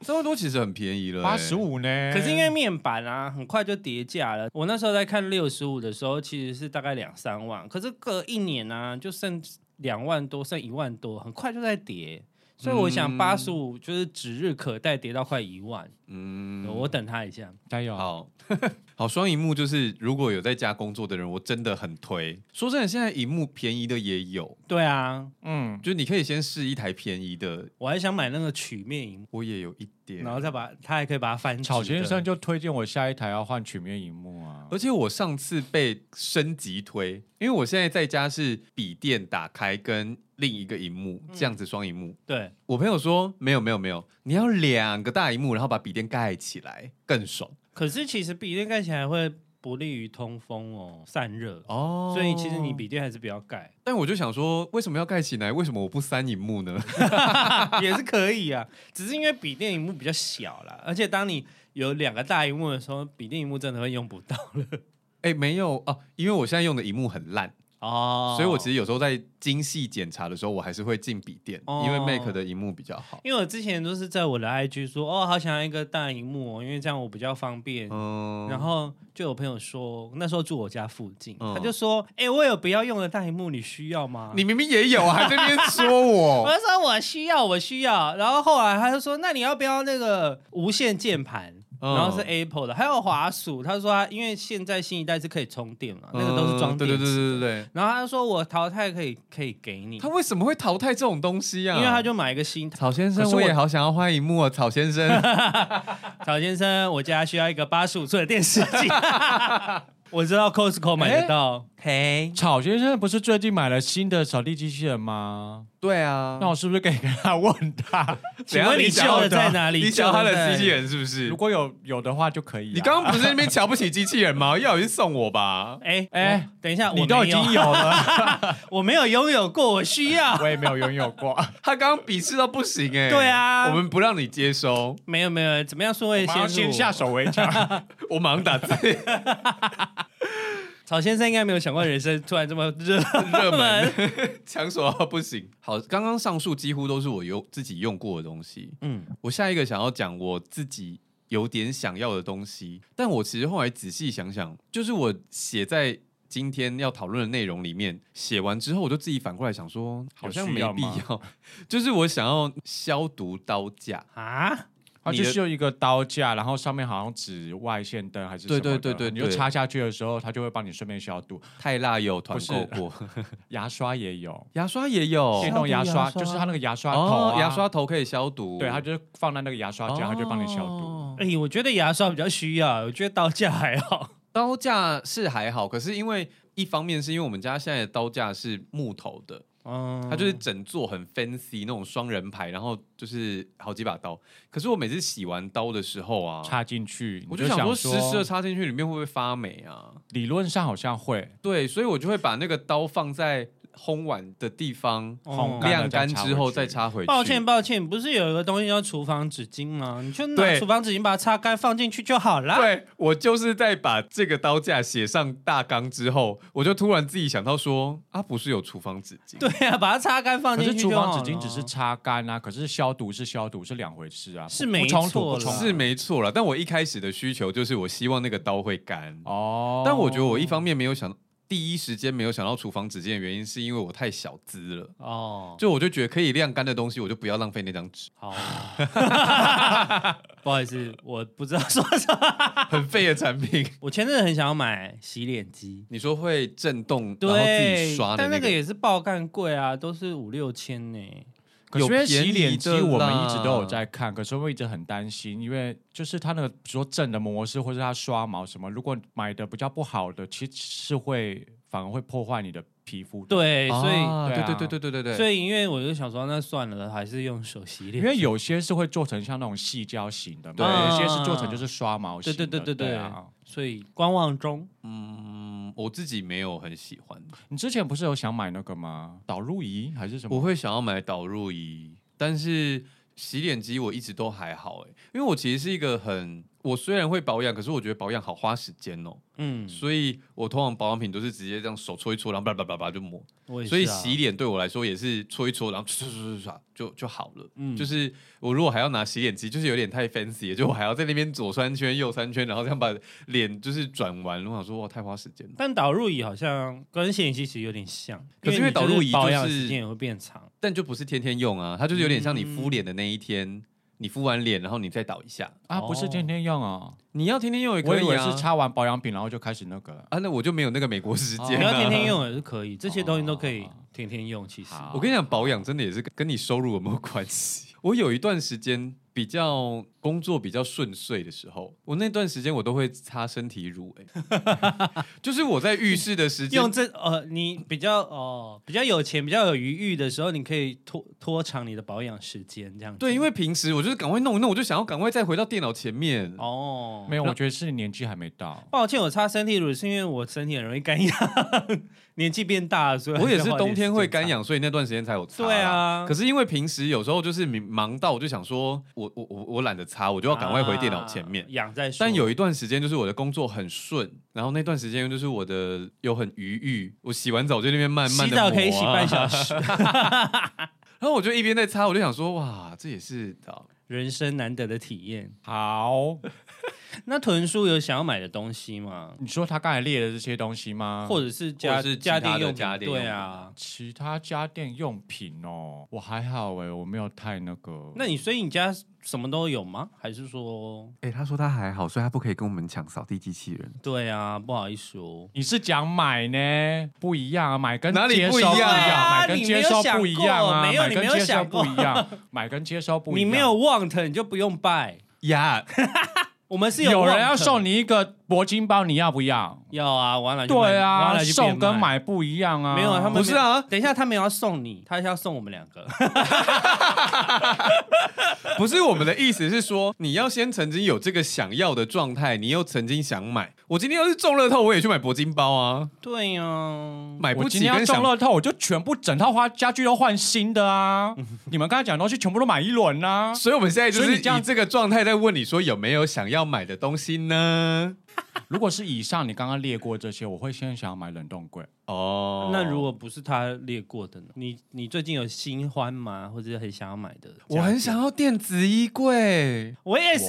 A: 三万多其实很便宜了、欸
C: 八十。五
A: 嗯
C: 呢？
B: 可是因为面板啊，很快就跌价了。我那时候在看六十五的时候，其实是大概两三万，可是隔一年啊，就剩两万多，剩一万多，很快就在跌。所以我想
A: 嗯
B: 八十五就是指日可待，跌到快一万。
A: 嗯，
B: 我等他一下。
C: 加油，
B: 哦
A: 好 好，双荧幕就是如果有在家工作的人，我真的很推。说真的，现在荧幕便宜的也有，
B: 对啊，
C: 嗯，
A: 就你可以先试一台便宜的，
B: 我还想买那个曲面荧幕，
A: 我也有一点
B: 然。后再把它还可以把它翻直的。
C: 草先生就推荐我下一台要换曲面荧幕啊。
A: 而且我上次被升级推，因为我现在在家是笔电打开跟另一个荧幕这样子双荧幕，
B: 对，
A: 我朋友说没有没有没有，你要两个大荧幕，然后把笔电盖起来更爽
B: 可是其实笔电盖起来会不利于通风哦，散热。
A: 哦
B: 所以其实你，笔电还是不要盖，
A: 但我就想说，为什么要盖起来？为什么我不三荧幕呢？
B: 也是可以啊，只是因为笔电荧幕比较小啦，而且当你有两个大荧幕的时候，笔电荧幕真的会用不到了
A: 哎，没有啊，因为我现在用的荧幕很烂，
B: 哦
A: 所以我其实有时候在精细检查的时候，我还是会进笔电，
B: 哦
A: 因为 Mac 的荧幕比较好。
B: 因为我之前都是在我的 IG 说哦，好想要一个大荧幕、哦，因为这样我比较方便。
A: 嗯，
B: 然后就有朋友说，那时候住我家附近，
A: 嗯
B: 他就说：“哎、我有不要用的大荧幕，你需要吗？”
A: 你明明也有啊，还在那边说
B: 我
A: 我。
B: 就说我需要，我需要。然后后来他就说，那你要不要那个无线键盘？
A: 嗯
B: 然后是哎 Apple 的，还有滑鼠。他说他因为现在新一代是可以充电嘛，那个都是装
A: 嗯
B: 电
A: 对
B: 池。
A: 对对对对对。
B: 然后他就说我淘汰可以可以给你，
A: 他为什么会淘汰这种东西啊？
B: 因为他就买一个新台。
A: 草先
C: 可
A: 生，
C: 是我
A: 我也好想要换荧幕啊，草先生。
B: 曹先生，我家需要一个八十五寸的电视机。 我知道 Costco 买得 到，
A: 哎
B: 嘿，
C: 草先生不是最近买了新的扫地机器人吗？
A: 对啊
C: 那我是不是可以跟他问他，
B: 哦请问你旧的在哪里？
A: 你想要他
B: 旧在
A: 的机器人是不是
C: 如？果有有的话就可以啊、
A: 你刚刚不是在那边瞧不起机器人吗？要有去送我吧。
B: 哎哎
C: 哎，
B: 等一下，
C: 你
B: 我
C: 都
B: 没
C: 已
B: 有
C: 经 有了，
B: 我没有拥有过，我需要。
C: 我也没有拥有 过。
A: 他刚刚鄙视到不行哎、
B: 对啊
A: 我们不让你接收，
B: 没有没有，怎么样说会
C: 我要
B: 先
C: 先下 手为强。啊
A: 我马上打字。
B: 曹先生应该没有想过人生突然这么热
A: 热 门抢手到不行。好，刚刚上述几乎都是我用自己用过的东西。
B: 嗯
A: 嗯，我下一个想要讲我自己有点想要的东西，但我其实后来仔细想想，就是我写在。今天要讨论的内容里面，写完之后我就自己反过来想说，好像
C: 有
A: 没
C: 需要
A: 必
C: 吗
A: 要。 就是我想要消毒刀架，
B: 啊！
C: 它
A: 你
C: 就
A: 的
C: 是有一个刀架，然后上面好像指外线灯还是什
A: 对
C: 么的
A: 对对对
C: 你就
A: 对
C: 插下去的时候，它就会帮你顺便消毒。
A: 太辣有团
C: 不是
A: 购过，
C: 牙刷也有，
A: 牙刷也有
B: 消
C: 电
B: 毒
C: 动
B: 牙
C: 牙刷
B: 刷
C: 就是它那个牙刷头、
A: 哦
C: 啊，
A: 牙刷哦头可以消毒，
C: 对，它就是放在那个牙刷架，它就帮你消毒。
A: 哦
B: 哎、我觉得牙刷比较需要，我觉得刀架还好。
A: 刀架是还好，可是因为一方面是因为我们家现在的刀架是木头的，
B: 嗯，
A: 哦它就是整座很 fancy 那种双人牌，然后就是好几把刀。可是我每次洗完刀的时候啊，
C: 插进去，
A: 我
C: 你就
A: 想
C: 说，
A: 说实时的插进去里面会不会发霉啊？
C: 理论上好像会，
A: 对，所以我就会把那个刀放在烘碗的地方，
B: 哦
C: 干了
A: 晾干
C: 再插
A: 之后
C: 回去
A: 再插回去。
B: 抱歉，抱歉，不是有一个东西叫厨房纸巾吗？你就拿
A: 对
B: 厨房纸巾把它擦干放进去就好啦。
A: 对我就是在把这个刀架写上大纲之后，我就突然自己想到说，啊，不是有厨房纸巾？
B: 对啊，把它擦干放
C: 可
B: 进
C: 是
B: 去
C: 厨
B: 就好
C: 房
B: 了
C: 纸巾只是擦干啊，可是消毒是消毒是两回事啊，
B: 是
C: 不
B: 没
C: 不冲突
B: 错
C: 不冲
B: 啦
C: 突
A: 是没错了，但我一开始的需求就是我希望那个刀会干，
C: 哦。
A: 但我觉得我一方面没有想第一时间没有想到厨房纸巾的原因，是因为我太小资了。
B: 哦，，
A: 就我就觉得可以晾干的东西，我就不要浪费那张纸
B: 好，不好意思，我不知道说什么。
A: 很废的产品。
B: 我前阵子很想要买洗脸机，
A: 你说会震动，然后自己
B: 对，
A: 刷的
B: 但
A: 那
B: 那个
A: 个，
B: 也是爆干贵啊，都是五六千呢、
C: 可是因为洗脸机
A: 有便宜的
C: 我
A: 啦
C: 们一直都有在看，可是我一直很担心，因为就是它那个比如说正的模式或者它刷毛什么，如果买的比较不好的，其实是会反而会破坏你的皮肤的。
B: 对，所以、
A: 啊
C: 对啊
A: 对对对对对对
B: 所
A: 对，
B: 以因为我就想说，那算了，还是用手洗脸。
C: 因为有些是会做成像那种细胶型的嘛，
A: 对
C: 有些是做成就是刷毛型的。
B: 啊对对对对对
C: 啊！
B: 所以观望中，
A: 嗯，我自己没有很喜欢，
C: 你之前不是有想买那个吗？导入仪还是什么？
A: 我会想要买导入仪，但是洗脸机我一直都还好哎、因为我其实是一个很，我虽然会保养，可是我觉得保养好花时间哦、
B: 嗯，
A: 所以我通常保养品都是直接这样手搓一搓，然后叭叭叭叭就抹，
B: 我也是、啊、
A: 所以洗脸对我来说也是搓一搓，然后唰唰唰唰唰就就好了。
B: 嗯
A: 就是我如果还要拿洗脸机，就是有点太 fancy，了就我还要在那边左三圈右三圈，然后这样把脸就是转完，我想说哇太花时间了。
B: 但导入仪好像跟显影剂其实有点像，
A: 可是因为
B: 你
A: 导入仪
B: 就是保养
A: 就是
B: 时间也会变 长。
A: 但就不是天天用啊，它就是有点像你敷脸的那一天，
B: 嗯
A: 你敷完脸然后你再倒一下，
C: 啊，不
B: 哦
C: 是天天用啊，
A: 你要天天用也
C: 我
A: 可
C: 以
A: 以
C: 为
A: 啊。
C: 是擦完保养品然后就开始那个了。
A: 啊，那我就没有那个美国时
B: 哦你
A: 间、
B: 要
A: 啊。
B: 天天用也是可以，这些东西都可以
C: 哦
B: 天天用。其实，
C: 好
A: 我跟你讲，保养真的也是跟你收入有没有关系。 我有一段时间比较工作比较顺遂的时候，我那段时间我都会擦身体乳、欸， 就是我在浴室的时间
B: 用这呃，你比较哦、比较有钱、比较有余裕的时候，你可以拖拖长你的保养时间，这样子
A: 对，因为平时我就是赶快弄一弄，我就想要赶快再回到电脑前面。
B: 哦，
C: 没有，我觉得是年纪还没到。
B: 抱歉，我擦身体乳是因为我身体很容易干痒， 年纪变大了，所以
A: 我也
B: 还
A: 是
B: 花点
A: 冬天会干
B: 时间
A: 痒，所以那段时间才有擦
B: 擦。
A: 啦。
B: 对啊，
A: 可是因为平时有时候就是你忙到，我就想说我我我我懒得擦，我就要赶快回电脑前面
B: 啊。养在说。
A: 但有一段时间就是我的工作很顺，然后那段时间就是我的有很余裕，我洗完澡就在那边慢慢啊
B: 洗
A: 的、
B: 澡可以洗半小，时，
A: 然后我就一边在擦，我就想说哇，这也是啊
B: 人生难得的体验。
C: 好，
B: 那屯叔有想要买的东西吗？
C: 你说他刚才列的这些东西吗？
B: 啊或者是家
A: 或者是其
B: 家
A: 他的
B: 电用品？
A: 家电用
B: 对
A: 品
B: 啊。
C: 其他家电用品哦，我还好哎，我没有太那个。
B: 那你所以你家什么都有吗？还是说？
A: 哎、他说他还好，所以他不可以跟我们抢扫地机器人。
B: 对啊，不好意思哦。
C: 你是讲买呢？不一样啊，买跟
A: 哪里
C: 接收
A: 不一样
C: 一
A: 对
C: 样，
B: 啊
C: 买跟接收不一样啊，
B: 你没有
C: 买
B: 想过没有你没
C: 跟
B: 有
C: 接收
B: 想
C: 不
B: 过
C: 一样，买跟接收不一样。
B: 你没有 want 你就不用 buy，
A: 呀、
B: 我们是
C: 有人
B: want
C: 要送你一个铂金包，你要不要？
B: 要啊，完了就
C: 对
B: 卖完
C: 啊，
B: 了就变
C: 送跟
B: 卖
C: 买不一样啊。
B: 没有啊他们
A: 不是啊，
B: 等一下，他们也要送你，他是要送我们两个。
A: 不是我们的意思是说，你要先曾经有这个想要的状态，你又曾经想买。我今天要是中乐透，我也去买铂金包啊，
B: 对啊呀、
A: 买
C: 我
A: 不
C: 今
A: 起
C: 天要
A: 跟
C: 中
A: 想。
C: 乐透，我就全部整套花家具都换新的 啊！你们刚才讲的东西全部都买一轮啊！
A: 所以我们现在就
C: 所以
A: 是
C: 你这样
A: 以这个状态在问你说有没有想要买的东西呢？
C: 如果是以上你刚刚列过这些，我会先想要买冷冻 柜。
A: 哦，
B: 那如果不是他列过的呢？你你最近有新欢吗？或者是很想要买的？
A: 我很想，要电子衣柜，
B: 我也
A: 啊
B: 是。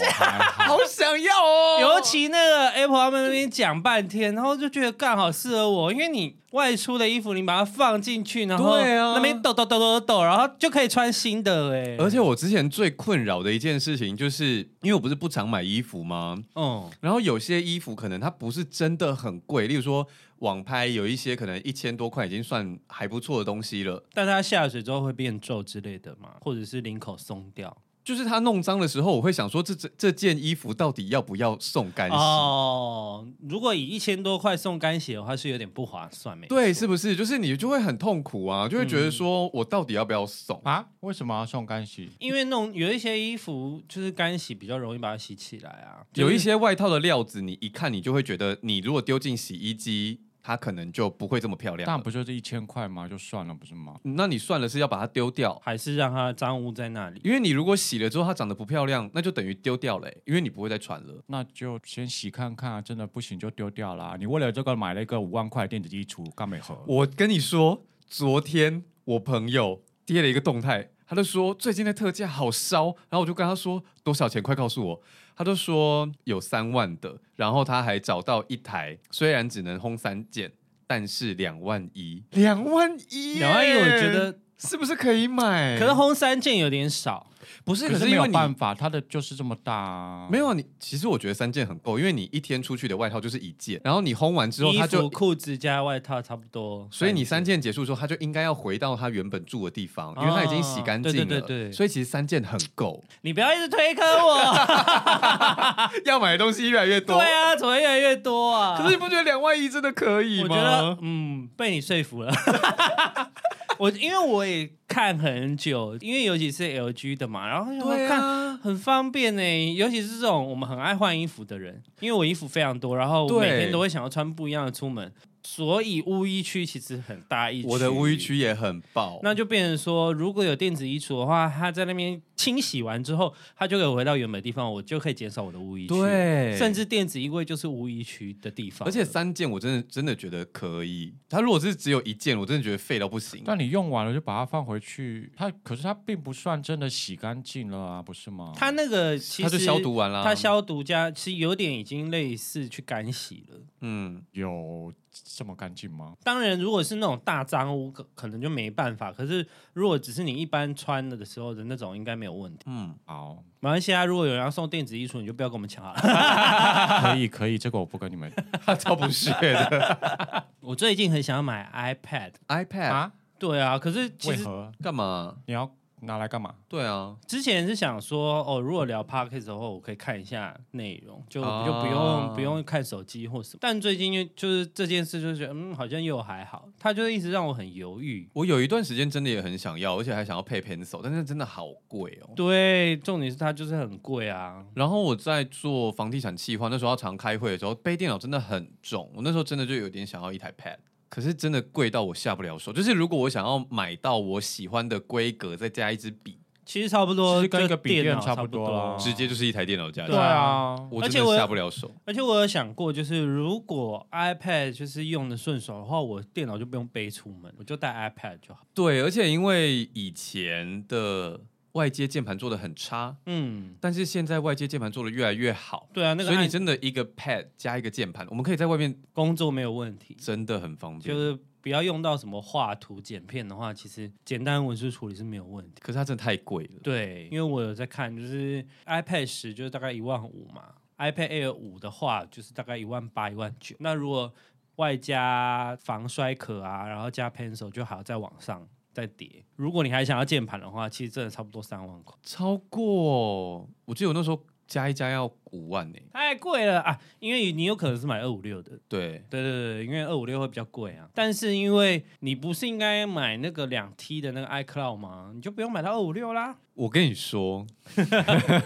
A: 好想要哦
B: 尤其那个 Apple 他们那边讲半天，然后就觉得干好适合我，因为你外出的衣服你把它放进去，然后
A: 对啊
B: 那边抖抖抖抖抖，然后就可以穿新的哎、
A: 而且我之前最困扰的一件事情，就是因为我不是不常买衣服吗？
B: 嗯，
A: 然后有些衣服可能它不是真的很贵，例如说网拍有一些可能一千多块已经算还不错的东西了，
B: 但它下水之后会变皱之类的嘛，或者是领口松掉
A: 就是它弄脏的时候，我会想说这这这件衣服到底要不要送干洗？
B: 哦。如果以一千多块送干洗的话，是有点不划算，没
A: 对，
B: 错
A: 是不是？就是你就会很痛苦啊，就会觉得说我到底要不要送？
C: 啊？为什么要送干洗？
B: 因为弄有一些衣服就是干洗比较容易把它洗起来啊，
A: 有一些外套的料子，你一看你就会觉得，你如果丢进洗衣机，它可能就不会这么漂亮
C: 但
A: 了。
C: 不就是一千块吗？就算了，不是吗？
A: 那你算了是要把它丢掉，
B: 还是让它脏污在那里。
A: 因为你如果洗了之后它长得不漂亮，那就等于丢掉了欸、因为你不会再穿了。
C: 那就先洗看看啊，真的不行就丢掉啦。你为了这个买了一个五万块电子衣橱，干没合？
A: 我跟你说，昨天我朋友贴了一个动态，他就说最近的特价好烧，然后我就跟他说多少钱，快告诉我。他就说有三万的，然后他还找到一台，虽然只能烘三件，但是两万一，两万一耶，
B: 两万一，我觉得
A: 是不是可以买？
B: 可是烘三件有点少，
A: 不是，
C: 可
A: 可是
C: 是没
A: 因
C: 有
A: 为你
C: 办法，它的就是这么大、啊，
A: 没有啊你，其实我觉得三件很够，因为你一天出去的外套就是一件，然后你烘完之后
B: 衣
A: 它
B: 服、
A: 就。
B: 裤子加外套差不多。哎
A: 所以你三件结束之后，它就应该要回到它原本住的地方，因为它已经洗干净了。
B: 哦对对对对
A: 所以其实三件很够，
B: 你不要一直推坑我。
A: 要买的东西越来越
B: 对
A: 多。
B: 啊，怎么越来越多啊？
A: 可是你不觉得两万一真的可以
B: 我
A: 吗？
B: 觉得，嗯，被你说 服了。我因为我也看很久，因为尤其是 LG 的嘛，然后
A: 对
B: 我看、
A: 啊，
B: 很方便呢、尤其是这种我们很爱换衣服的人，因为我衣服非常多，然后我
A: 对
B: 每天都会想要穿不一样的出门，所以乌衣区其实很大一区。
A: 我的无语，区也很爆。
B: 那就变成说，如果有电子衣橱的话，它在那边清洗完之后，它就可以回到原本的地方，我就可以减少我的乌衣区。。
A: 对，
B: 甚至电子衣柜就是无衣区的地方了，
A: 而且三件我真的真的觉得可以。它如果是只有一件，我真的觉得废到不行。
B: 啊
C: 但你用完了就把它放回去，它可是它并不算真的洗干净了啊，不是吗？
B: 它那个其
A: 它
B: 实
A: 就消毒完了，
B: 它消毒加其实有点已经类似去干洗了。
A: 嗯，
C: 有这么干净吗？
B: 当然，如果是那种大脏污，可可能就没办法。可是如果只是你一般穿了的时候的那种，应该没有问题。
A: 嗯，
C: 好，
B: 马来西亚如果有人要送电子衣橱，你就不要跟我们抢啊了。
C: 可以可以，这个我不跟你们
A: 他超不屑的。
B: 我最近很想要买 iPad，
A: iPad
C: 啊？
B: 对 啊，可是其
C: 为
B: 实
C: 何
A: 干嘛？
C: 你要拿来干嘛？
A: 对啊，
B: 之前是想说，哦，如果聊 podcast 的话，我可以看一下内容，就、
C: 哦
A: 啊
B: 就不用不用看手机或什么。但最近因为就是这件事，就觉得嗯，好像又还好，它就一直让我很犹豫。
A: 我有一段时间真的也很想要，而且还想要配 pencil，但是真的好贵哦。
B: 对，重点是它就是很贵啊。
A: 然后我在做房地产企划，那时候要常开会的时候，背电脑真的很重。我那时候真的就有点想要一台 Pad，可是真的贵到我下不了手。就是如果我想要买到我喜欢的规格，再加一支笔，
B: 其实差不多，
C: 其实跟一个笔
B: 电
C: 电
B: 脑
C: 差
B: 差
C: 不
B: 不
C: 多啦
A: 直接就是一台电脑加起
B: 对
A: 来，
B: 啊
C: 对啊，
A: 我
B: 而且
A: 真的
B: 我
A: 下不了手。
B: 而且我有想过，就是如果 iPad 就是用的顺手的话，我电脑就不用背出门，我就带 iPad 就好。
A: 对，而且因为以前的外接键盘做的很差，
B: 嗯，
A: 但是现在外接键盘做的越来越好。
B: 对啊，那个
A: 所以你
B: 按
A: 真的一个 pad 加一个键盘，我们可以在外面
B: 工作没有问题，
A: 真的很方便。
B: 就是不要用到什么画图剪片的话，其实简单文书处理是没有问题。
A: 可是它真的太贵了。
B: 对，因为我有在看，就是 iPad 十就是大概一万五嘛，iPad Air 五的话就是大概一万八、一万九。那如果外加防摔壳啊，然后加 Pencil 就还要再往上再叠。如果你还想要键盘的话，其实真的差不多三万块。
A: 超过，哦我记得我那时候加一加要五万呢、
B: 太贵了啊！因为你有可能是买二五六的，
A: 对，
B: 对对对，因为二五六会比较贵啊。但是因为你不是应该买那个两 T 的那个 iCloud 吗？你就不用买到二五六啦。
A: 我跟你说，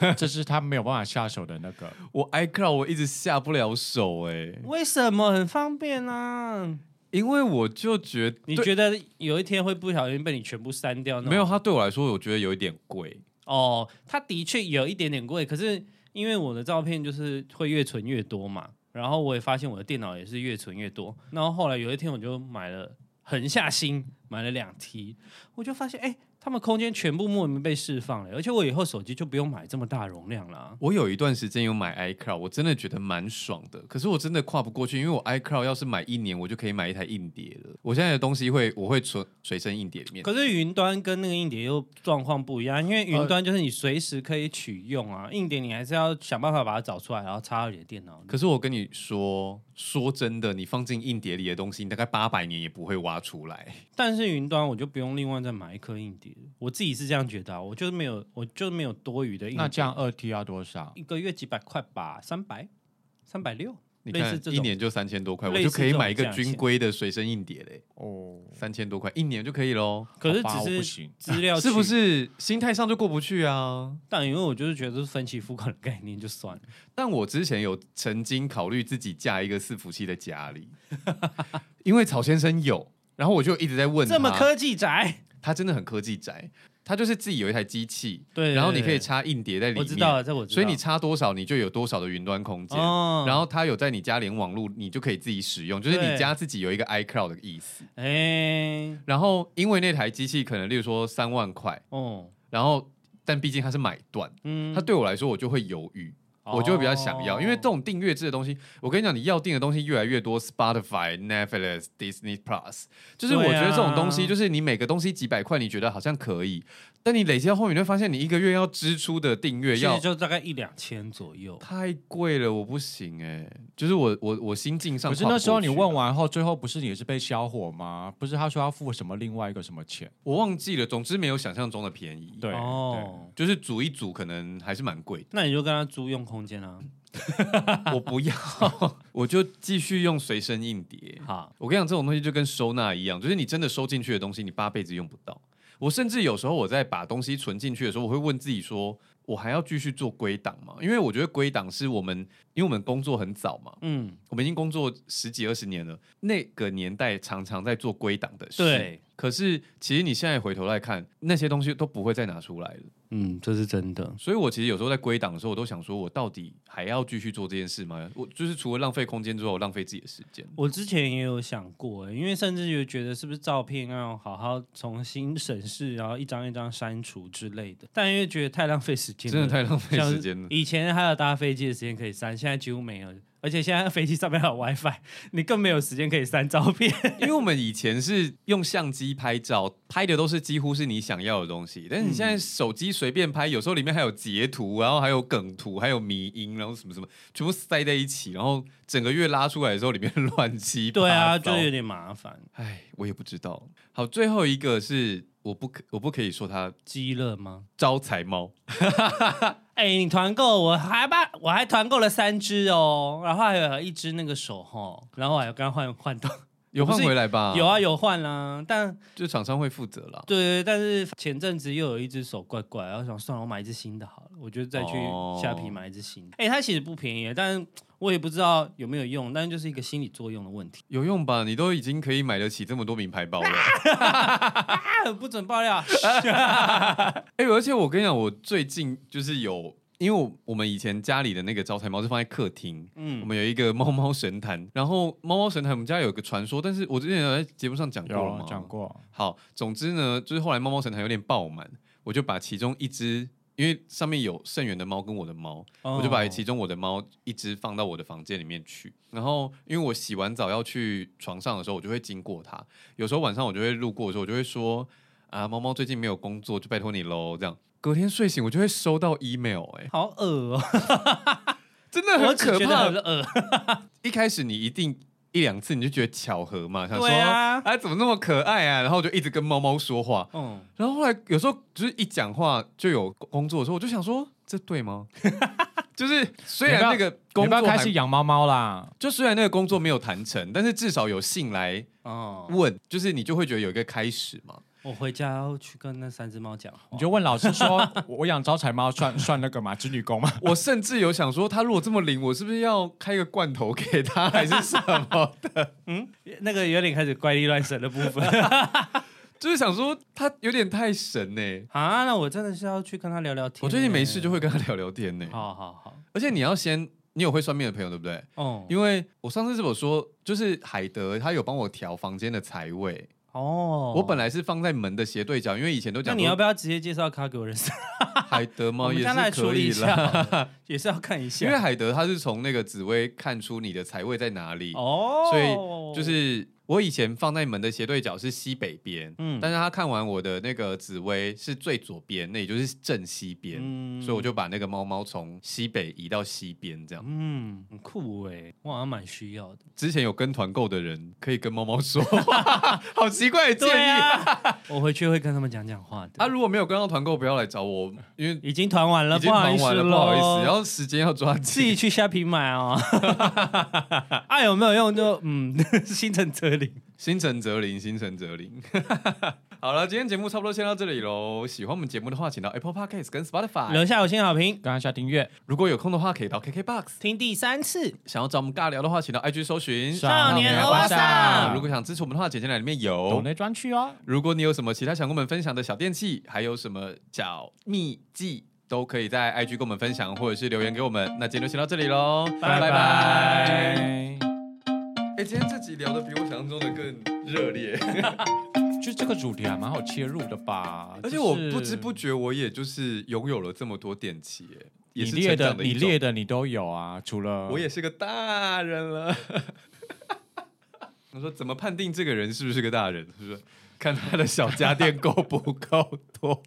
A: 啊
C: 这是他没有办法下手的那 个。
A: 我 iCloud 我一直下不了手哎、
B: 为什么？很方便啊！
A: 因为我就觉得
B: 你觉得有一天会不小心被你全部删掉那种？
A: 没有它对我来说，我觉得有一点贵。
B: 哦，它的确有一点点贵，可是因为我的照片就是会越存越多嘛，然后我也发现我的电脑也是越存越多，然后后来有一天我就买了狠下心买了两 T，我就发现哎、他们空间全部莫名被释放了，而且我以后手机就不用买这么大容量了啊。
A: 我有一段时间有买 iCloud，我真的觉得蛮爽的。可是我真的跨不过去，因为我 iCloud 要是买一年，我就可以买一台硬碟了。我现在的东西会，我会存随身硬碟里面。
B: 可是云端跟那个硬碟又状况不一样，因为云端就是你随时可以取用啊，硬碟你还是要想办法把它找出来，然后插到你的电脑里。
A: 可是我跟你说，说真的，你放进硬碟里的东西，你大概八百年也不会挖出来。
B: 但是云端我就不用另外再买一颗硬碟了，我自己是这样觉得、啊，我就是没有，我就是没有多余的硬碟。
C: 那这样二 T 要多少？
B: 一个月几百块吧，三百、三百六，
A: 你
B: 类似
A: 看
B: 这，种
A: 一年就三千多块，我
B: 类
A: 就
B: 似
A: 可以
B: 这种
A: 买一个
B: 价钱
A: 军规的随身硬碟嘞，
C: 哦，
A: 三千多块一年就可以喽。
B: 可是
C: 好吧我
B: 只是
C: 不行。
B: 资料
A: 是不
B: 取？
A: 是心态上就过不去啊？
B: 但因为我就是觉得是分期付款的概念就算 了，
A: 但我之前有曾经考虑自己架一个伺服器在家里， 因为曹先生有，然后我就一直在问他，
B: 这么科技宅，
A: 他真的很科技宅，他就是自己有一台机器，
B: 对，
A: 然后你可以
B: 对，对
A: 插硬碟在里
B: 我
A: 面，
B: 知道了，这我知道，
A: 所以你插多少你就有多少的云端空间。
B: 哦，
A: 然
B: 后
A: 后它有在你家连网路，你就可以自己使用，就是你
B: 对
A: 家自己有一个 iCloud 的意思。
B: 哎，
A: 然后因为那台机器可能，例如说三万块，
B: 哦，
A: 然后但毕竟它是买断，
B: 嗯，哦
A: 它对我来说我就会犹豫，
C: 哦
A: 我就会比较想要，因为这种订阅制的东西，我跟你讲，你要订的东西越来越多，Spotify、Netflix、Disney Plus，就是我
B: 对啊
A: 觉得这种东西，就是你每个东西几百块，你觉得好像可以，但你累积到后面，你会发现你一个月要支出的订阅
B: 其
A: 要
B: 实就大概一两千左右。
A: 太贵了，我不行哎、就是我我我心境上
C: 可
A: 跨不过
C: 是
A: 去了，
C: 那时候你问完后，最后不是也是被销火吗？不是他说要付什么另外一个什么钱？
A: 我忘记了，总之没有想象中的便宜，
C: 对，
B: 哦，
A: 就是组一组可能还是蛮贵的。
B: 那你就跟他租用空间啊。
A: 我不要，我就继续用随身硬碟。
B: 好，
A: 我跟你讲，这种东西就跟收纳一样，就是你真的收进去的东西，你八辈子用不到。我甚至有时候我在把东西存进去的时候，我会问自己说，我还要继续做归档吗？因为我觉得归档是我们，因为我们工作很早嘛，
B: 嗯，
A: 我们已经工作十几二十年了，那个年代常常在做归档的事。
B: 对，
A: 可是其实你现在回头来看，那些东西都不会再拿出来了。
B: 嗯，这是真的。
A: 所以我其实有时候在归档的时候，我都想说，我到底还要继续做这件事吗？我就是除了浪费空间之后，我浪费自己的时间。
B: 我之前也有想过、欸因为甚至有觉得是不是照片要好好重新审视，然后一张一张删除之类的，但因为觉得太浪费时间了，
A: 真的太浪费
B: 像
A: 时间了。
B: 以前还有搭飞机的时间可以删，现在几乎没有，而且现在飞机上面还有 WiFi，你 更没有时间可以删照片。
A: 因为我们以前是用相机拍照，拍的都是几乎是你想要的东西，但是你现
B: 嗯
A: 在手机随便拍，有时候里面还有截图，然后还有梗图，还有迷音，然后什么什么，全部塞在一起，然后整个月拉出来的时候，里面 乱七八糟。
B: 对啊，就有点麻烦。
A: 哎，我也不知道。好，最后一个是我不可我不可以说它
B: 鸡肋吗？
A: 招财猫，
B: 哎、你团购，我还把我还团购了三只哦，然后还有一只那个手吼，然后我还有刚刚换换到，
A: 有换回来吧？
B: 有啊，有换啦、但
A: 就厂商会负责啦。
B: 对，但是前阵子又有一只手怪怪，然后想算了，我买一只新的好了，我就再去
A: 哦
B: 虾皮买一只新的。哎、它其实不便宜，但我也不知道有没有用，但就是一个心理作用的问题。
A: 有用吧？你都已经可以买得起这么多名牌包了。
B: 啊，不准爆 料！
A: 哎、而且我跟你讲，我最近就是有，因为我我们以前家里的那个招财猫是放在客厅，我
B: 嗯，
A: 们有一个猫猫神坛，然后猫猫神坛我们家有个传说，但是我之前有在节目上讲过了
C: 有啊
A: 嘛，
C: 讲。过，
A: 好，总之呢，就是后来猫猫神坛有点爆满，我就把其中一只。因为上面有盛源的猫跟我的猫
B: 哦
A: 我就把其中我的猫一只放到我的房间里面去。然后，因为我洗完澡要去床上的时候，我就会经过它。有时候晚上我就会路过的时候，我就会说：“啊，猫猫最近没有工作，就拜托你喽。”这样，隔天睡醒我就会收到 email，哎、
B: 好恶 哦、
A: 真的
B: 我
A: 很
B: 只
A: 可
B: 觉得
A: 怕
B: 很。恶。
A: 一开始你一定一两次你就觉得巧合嘛，想说
B: 对啊
A: 哎怎么那么可爱啊，然后我就一直跟猫猫说话，
B: 嗯，
A: 然后后来有时候就是一讲话就有工作的时候，我就想说这对吗？ 就是虽然那个
C: 你
A: 工
C: 要不
A: 作
C: 要
A: 还
C: 开始养猫猫啦？
A: 就虽然那个工作没有谈成，但是至少有信来
B: 哦，
A: 问，就是你就会觉得有一个开始 嘛。
B: 我回家要去跟那三只猫讲话
C: 你。就问老师说，我我养招财猫算算那个吗？织女工吗？
A: 我甚至有想说，他如果这么灵，我是不是要开个罐头给他，还是什 么？
B: 那个有点开始怪力乱神的部 分
A: 就是想说他有点太神呢、
B: 啊，那我真的是要去跟他聊聊天。欸
A: 我最近没事就。会跟他聊聊天呢、
B: 好好好，
A: 而且你要先，你有会算命的朋友对不对？
B: 哦，
A: 因为我上次是我说，就是海德他有帮我调房间的财位，
B: 哦，
A: 我本来是放在门的斜对角，因为以前都
B: 那
A: 讲
B: 你要
A: 说
B: 不要直接介绍他给我认识？
A: 海德
B: 我
A: 吗？
B: 们
A: 也
B: 将来
A: 是
B: 处
A: 可
B: 理一
A: 以
B: 下
A: 啦。
B: 好 了，也是要看一
A: 因为
B: 下。
A: 海德他是从那个紫薇看出你的财位在哪里，
B: 哦，
A: 所以就是我以前放在门的斜对角是西北边，
B: 嗯
A: 但是他看完我的那个紫薇是最左边，那也就是正西边，
B: 嗯
A: 所以我就把那个猫猫从西北移到西边，这样。
B: 嗯，很酷哎，我好像蛮需要的。
A: 之前有跟团购的人可以跟猫猫说， 好奇怪的建
B: 对
A: 议。
B: 啊，我回去会跟他们讲讲话
A: 啊，
B: 的。
A: 如果没有跟到团购，不要来找我，因为
B: 已经团完了，
A: 已经
B: 好
A: 忙
B: 意思
A: 完了，
B: 喽，
A: 不好意思，然后时间要抓
B: 自
A: 紧。
B: 己去虾皮买 哦。啊，有没有用就嗯， 心诚则灵。
A: 心诚则灵，心诚则灵。 好了，今天节目差不多先到这里喽。喜欢我们节目的话，请到 Apple Podcast 跟 Spotify。
B: 留下五星好评，
C: 刚刚下订阅，
A: 如果有空的话，可以到 KKBox。
B: 听第三次。
A: 想要找我们尬聊的话，请到 IG 搜寻
B: 少年欧巴桑
A: 如果想支持我们的话，简介栏里面有
C: 懂。内专区哦。
A: 如果你有什么其他想跟我们分享的小电器，还有什么小秘技，都可以在 IG 跟我们分享，或者是留言给我们。那今天就先到这里喽，
B: 拜拜
A: 拜。哎，今天这集聊的比我想象中的更热烈。
C: 就这个主题还蛮好切入的吧，
A: 而且
C: 啊就
A: 我
C: 是
A: 不知不觉，我也就是拥有了这么多电器耶，也
C: 你
A: 是
C: 列
A: 成
C: 的
A: 长
C: 你
A: 一种
C: 列的你都有啊，除了
A: 我也是个大人了。 我说怎么判定这个人是不是个大人？是不是看他的小家电够不够多？